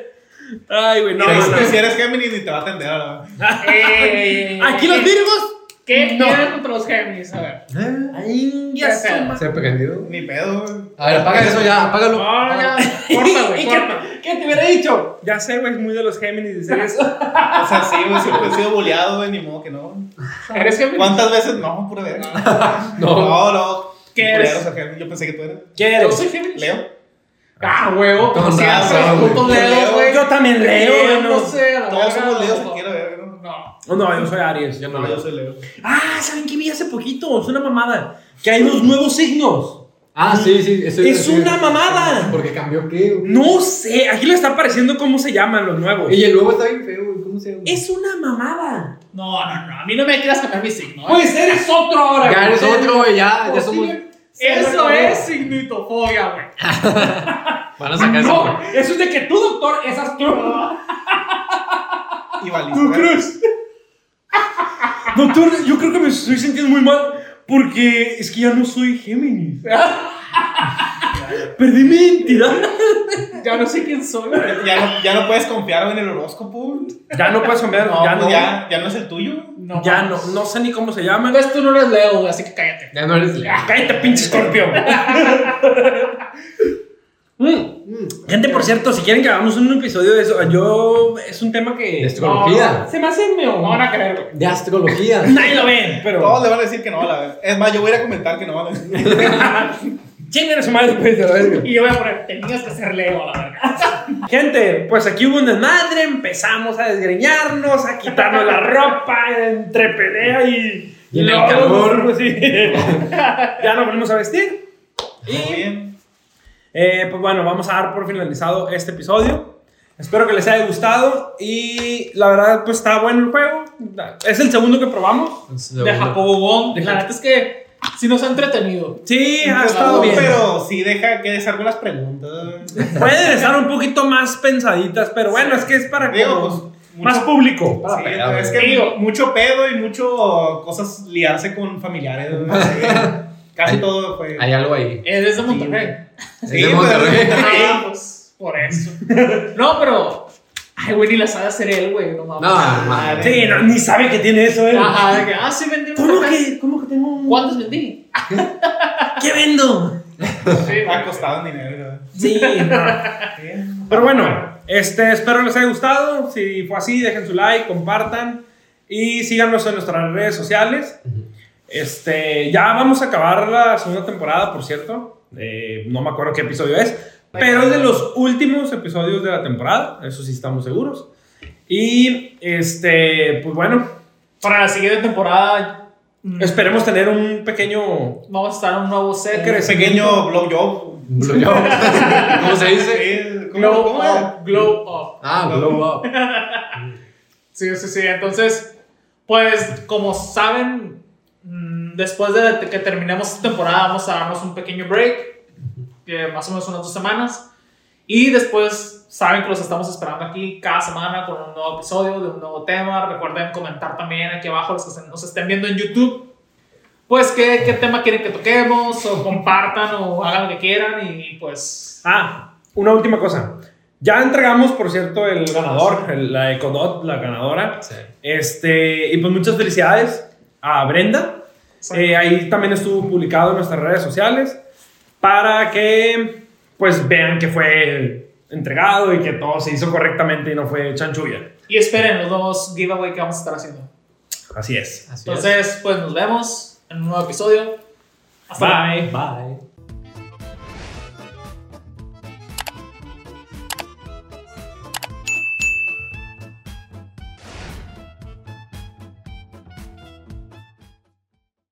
Speaker 2: Ay, güey, no,
Speaker 4: Si
Speaker 2: no,
Speaker 4: eres-
Speaker 2: no.
Speaker 4: Si eres Géminis ni te va a atender, ¿verdad?
Speaker 3: Eh,
Speaker 2: Aquí los Virgos.
Speaker 3: ¿Qué
Speaker 2: No.
Speaker 3: tienen contra los Géminis? A ver.
Speaker 1: ¿Eh?
Speaker 2: Ay, ya
Speaker 3: Qué
Speaker 2: su
Speaker 3: pedo.
Speaker 2: ma-
Speaker 1: ¿Se ha prendido?
Speaker 4: Ni pedo, güey.
Speaker 1: A ver, apaga eso ya, apágalo.
Speaker 3: No, ya. Corta, güey,
Speaker 2: ¿Y
Speaker 3: corta.
Speaker 2: qué, qué te hubiera dicho? Ya sé, güey, es muy de los Géminis decir eso.
Speaker 4: O sea, sí, güey, siempre he sido boleado, güey, ni modo que no.
Speaker 3: ¿Eres Géminis?
Speaker 4: ¿Cuántas veces? No, pura verga.
Speaker 1: No.
Speaker 4: No, no.
Speaker 3: ¿Qué
Speaker 4: Pura
Speaker 3: eres?
Speaker 4: verga, o sea, Géminis, Yo pensé que tú eras.
Speaker 2: ¿Qué
Speaker 3: Yo
Speaker 2: eres?
Speaker 3: soy Géminis.
Speaker 4: Leo.
Speaker 3: Ah, huevo.
Speaker 1: Con
Speaker 3: sí,
Speaker 1: razón,
Speaker 3: abro los
Speaker 1: güey.
Speaker 3: putos
Speaker 4: Yo
Speaker 3: dedos,
Speaker 4: leo,
Speaker 3: güey.
Speaker 2: yo también leo,
Speaker 3: Bien,
Speaker 2: güey, no.
Speaker 3: no sé, a la
Speaker 4: Todos
Speaker 3: verga,
Speaker 4: somos Leos,
Speaker 3: no.
Speaker 4: te quiero ver, ¿no?
Speaker 3: No.
Speaker 2: Oh, no, yo soy Aries.
Speaker 1: Yo no
Speaker 4: No, yo
Speaker 1: veo.
Speaker 4: soy Leo.
Speaker 2: Ah, ¿saben qué vi hace poquito? Es una mamada. Que hay unos nuevos signos.
Speaker 1: Ah, sí, sí. eso iba a
Speaker 2: ¡Es
Speaker 1: decir.
Speaker 2: una mamada!
Speaker 1: Porque cambió qué. güey?
Speaker 2: No sé, aquí le está apareciendo cómo se llaman los nuevos.
Speaker 1: Y el nuevo está bien feo, güey. ¿Cómo se llama?
Speaker 2: Es una mamada.
Speaker 3: No, no, no. A mí no me quieras cambiar mi signo. ¿eh?
Speaker 2: Pues eres otro ahora.
Speaker 1: Ya
Speaker 2: güey.
Speaker 1: eres otro, güey. Ya, ya somos.
Speaker 3: Eso es signitofobia, güey.
Speaker 1: Van a sacar
Speaker 2: No, eso es de que tú, doctor, es
Speaker 1: Ah,
Speaker 2: astro.
Speaker 4: Y balista.
Speaker 2: Doctor, yo creo que me estoy sintiendo muy mal porque es que ya no soy Géminis. Perdí mi identidad.
Speaker 3: Ya no sé quién soy. güey.
Speaker 4: Ya no, ya no puedes confiar güey, en el horóscopo. güey.
Speaker 2: Ya no puedes cambiar,
Speaker 4: No,
Speaker 2: ya
Speaker 4: pues
Speaker 2: no.
Speaker 4: ya, ya no es el tuyo. güey.
Speaker 3: No.
Speaker 2: Ya
Speaker 3: mames.
Speaker 2: no, no sé ni cómo se llaman.
Speaker 3: Entonces tú no eres Leo, güey, así que cállate.
Speaker 1: Ya no eres Leo.
Speaker 2: Ah, cállate, pinche escorpio. Mm. Gente, por cierto, si quieren que hagamos un episodio de eso, yo. Es un tema
Speaker 1: De
Speaker 2: que.
Speaker 1: astrología.
Speaker 2: Se me hace medio.
Speaker 3: No van a creer, güey.
Speaker 1: De astrología.
Speaker 2: Nadie lo ve,
Speaker 4: Todos
Speaker 2: pero.
Speaker 4: le van a decir que no, la verdad. Es más, yo voy a ir a comentar que no. la verdad.
Speaker 2: Chinguen a su madre, pues, a ver, güey.
Speaker 3: Y yo voy a poner, tenías que ser Leo, a la verga.
Speaker 2: Gente, pues aquí hubo un desmadre, empezamos a desgreñarnos, a quitarnos la ropa entre pelea y.
Speaker 1: Y en el
Speaker 2: luego,
Speaker 1: calor.
Speaker 2: pues, sí. ya nos volvimos a vestir.
Speaker 4: Muy bien.
Speaker 2: Eh, pues bueno, vamos a dar por finalizado este episodio. Espero que les haya gustado y la verdad pues está bueno el juego. Es el segundo que probamos.
Speaker 3: De Jacobo Wong. La neta es que si nos ha entretenido.
Speaker 2: Sí, ha
Speaker 4: No,
Speaker 2: estado bien.
Speaker 4: Pero sí deja que des algunas preguntas. güey.
Speaker 2: Pueden estar un poquito más pensaditas, pero bueno, es que es para
Speaker 4: Digo,
Speaker 2: como
Speaker 4: pues,
Speaker 2: más
Speaker 4: mucho-
Speaker 2: público.
Speaker 1: Para
Speaker 4: Sí,
Speaker 1: pelar,
Speaker 4: es que
Speaker 1: güey.
Speaker 3: Digo.
Speaker 4: mucho pedo y mucho cosas liarse con familiares. güey. Sí. Casi
Speaker 1: Ay.
Speaker 4: todo fue.
Speaker 1: Hay algo ahí.
Speaker 3: Él es de
Speaker 4: Sí,
Speaker 3: Monterrey.
Speaker 1: Es
Speaker 4: Sí,
Speaker 1: de
Speaker 4: pero-
Speaker 1: Monterrey.
Speaker 3: Ah, pues, por eso. No, pero. Ay, güey, ni la sabe hacer él, güey. No mames.
Speaker 1: No, madre.
Speaker 2: Sí, no, ni sabe que tiene eso, eh.
Speaker 3: Ajá, de que, ah, sí vendí una
Speaker 2: ¿Cómo
Speaker 3: casa.
Speaker 2: que, ¿Cómo que tengo un...
Speaker 3: ¿Cuántos vendí?
Speaker 2: ¿Qué vendo?
Speaker 3: Sí,
Speaker 4: Ha costado dinero.
Speaker 2: Sí, no.
Speaker 4: güey. Sí.
Speaker 2: Pero bueno, este, espero les haya gustado. Si fue así, dejen su like, compartan y síganos en nuestras redes sociales. Este, ya vamos a acabar la segunda temporada, por cierto. Eh, no me acuerdo qué episodio es, pero es de los últimos episodios de la temporada. Eso sí estamos seguros. Y este, pues bueno,
Speaker 3: Para la siguiente temporada. mm,
Speaker 2: esperemos tener un pequeño
Speaker 3: Vamos a estar en un nuevo set.
Speaker 2: ¿Qué crees?
Speaker 4: Pequeño blowjob.
Speaker 1: Blow up. ¿Cómo se dice?
Speaker 4: Sí, ¿cómo-
Speaker 3: Glow
Speaker 4: cómo era?
Speaker 3: up, glow up.
Speaker 1: Ah, blow up.
Speaker 3: Sí, sí, sí. Entonces, pues, como saben, mm, después de que terminemos esta temporada, vamos a darnos un pequeño break, que más o menos unas dos semanas. Y después, saben que los estamos esperando aquí cada semana con un nuevo episodio de un nuevo tema. Recuerden comentar también aquí abajo los que se- nos estén viendo en YouTube. Pues qué, qué tema quieren que toquemos o compartan o hagan lo que quieran y pues...
Speaker 2: Ah, una última cosa. Ya entregamos, por cierto, el ganador, el- la Ecodot, la ganadora.
Speaker 1: Sí.
Speaker 2: Este, y pues muchas felicidades a Brenda. Eh, ahí también estuvo publicado en nuestras redes sociales para que pues vean que fue entregado y que todo se hizo correctamente y no fue chanchulla.
Speaker 3: Y esperen los dos giveaway que vamos a estar haciendo.
Speaker 2: Así es.
Speaker 1: Así es.
Speaker 3: Entonces, pues nos vemos en un nuevo episodio. Hasta luego.
Speaker 2: Bye.
Speaker 1: Bye.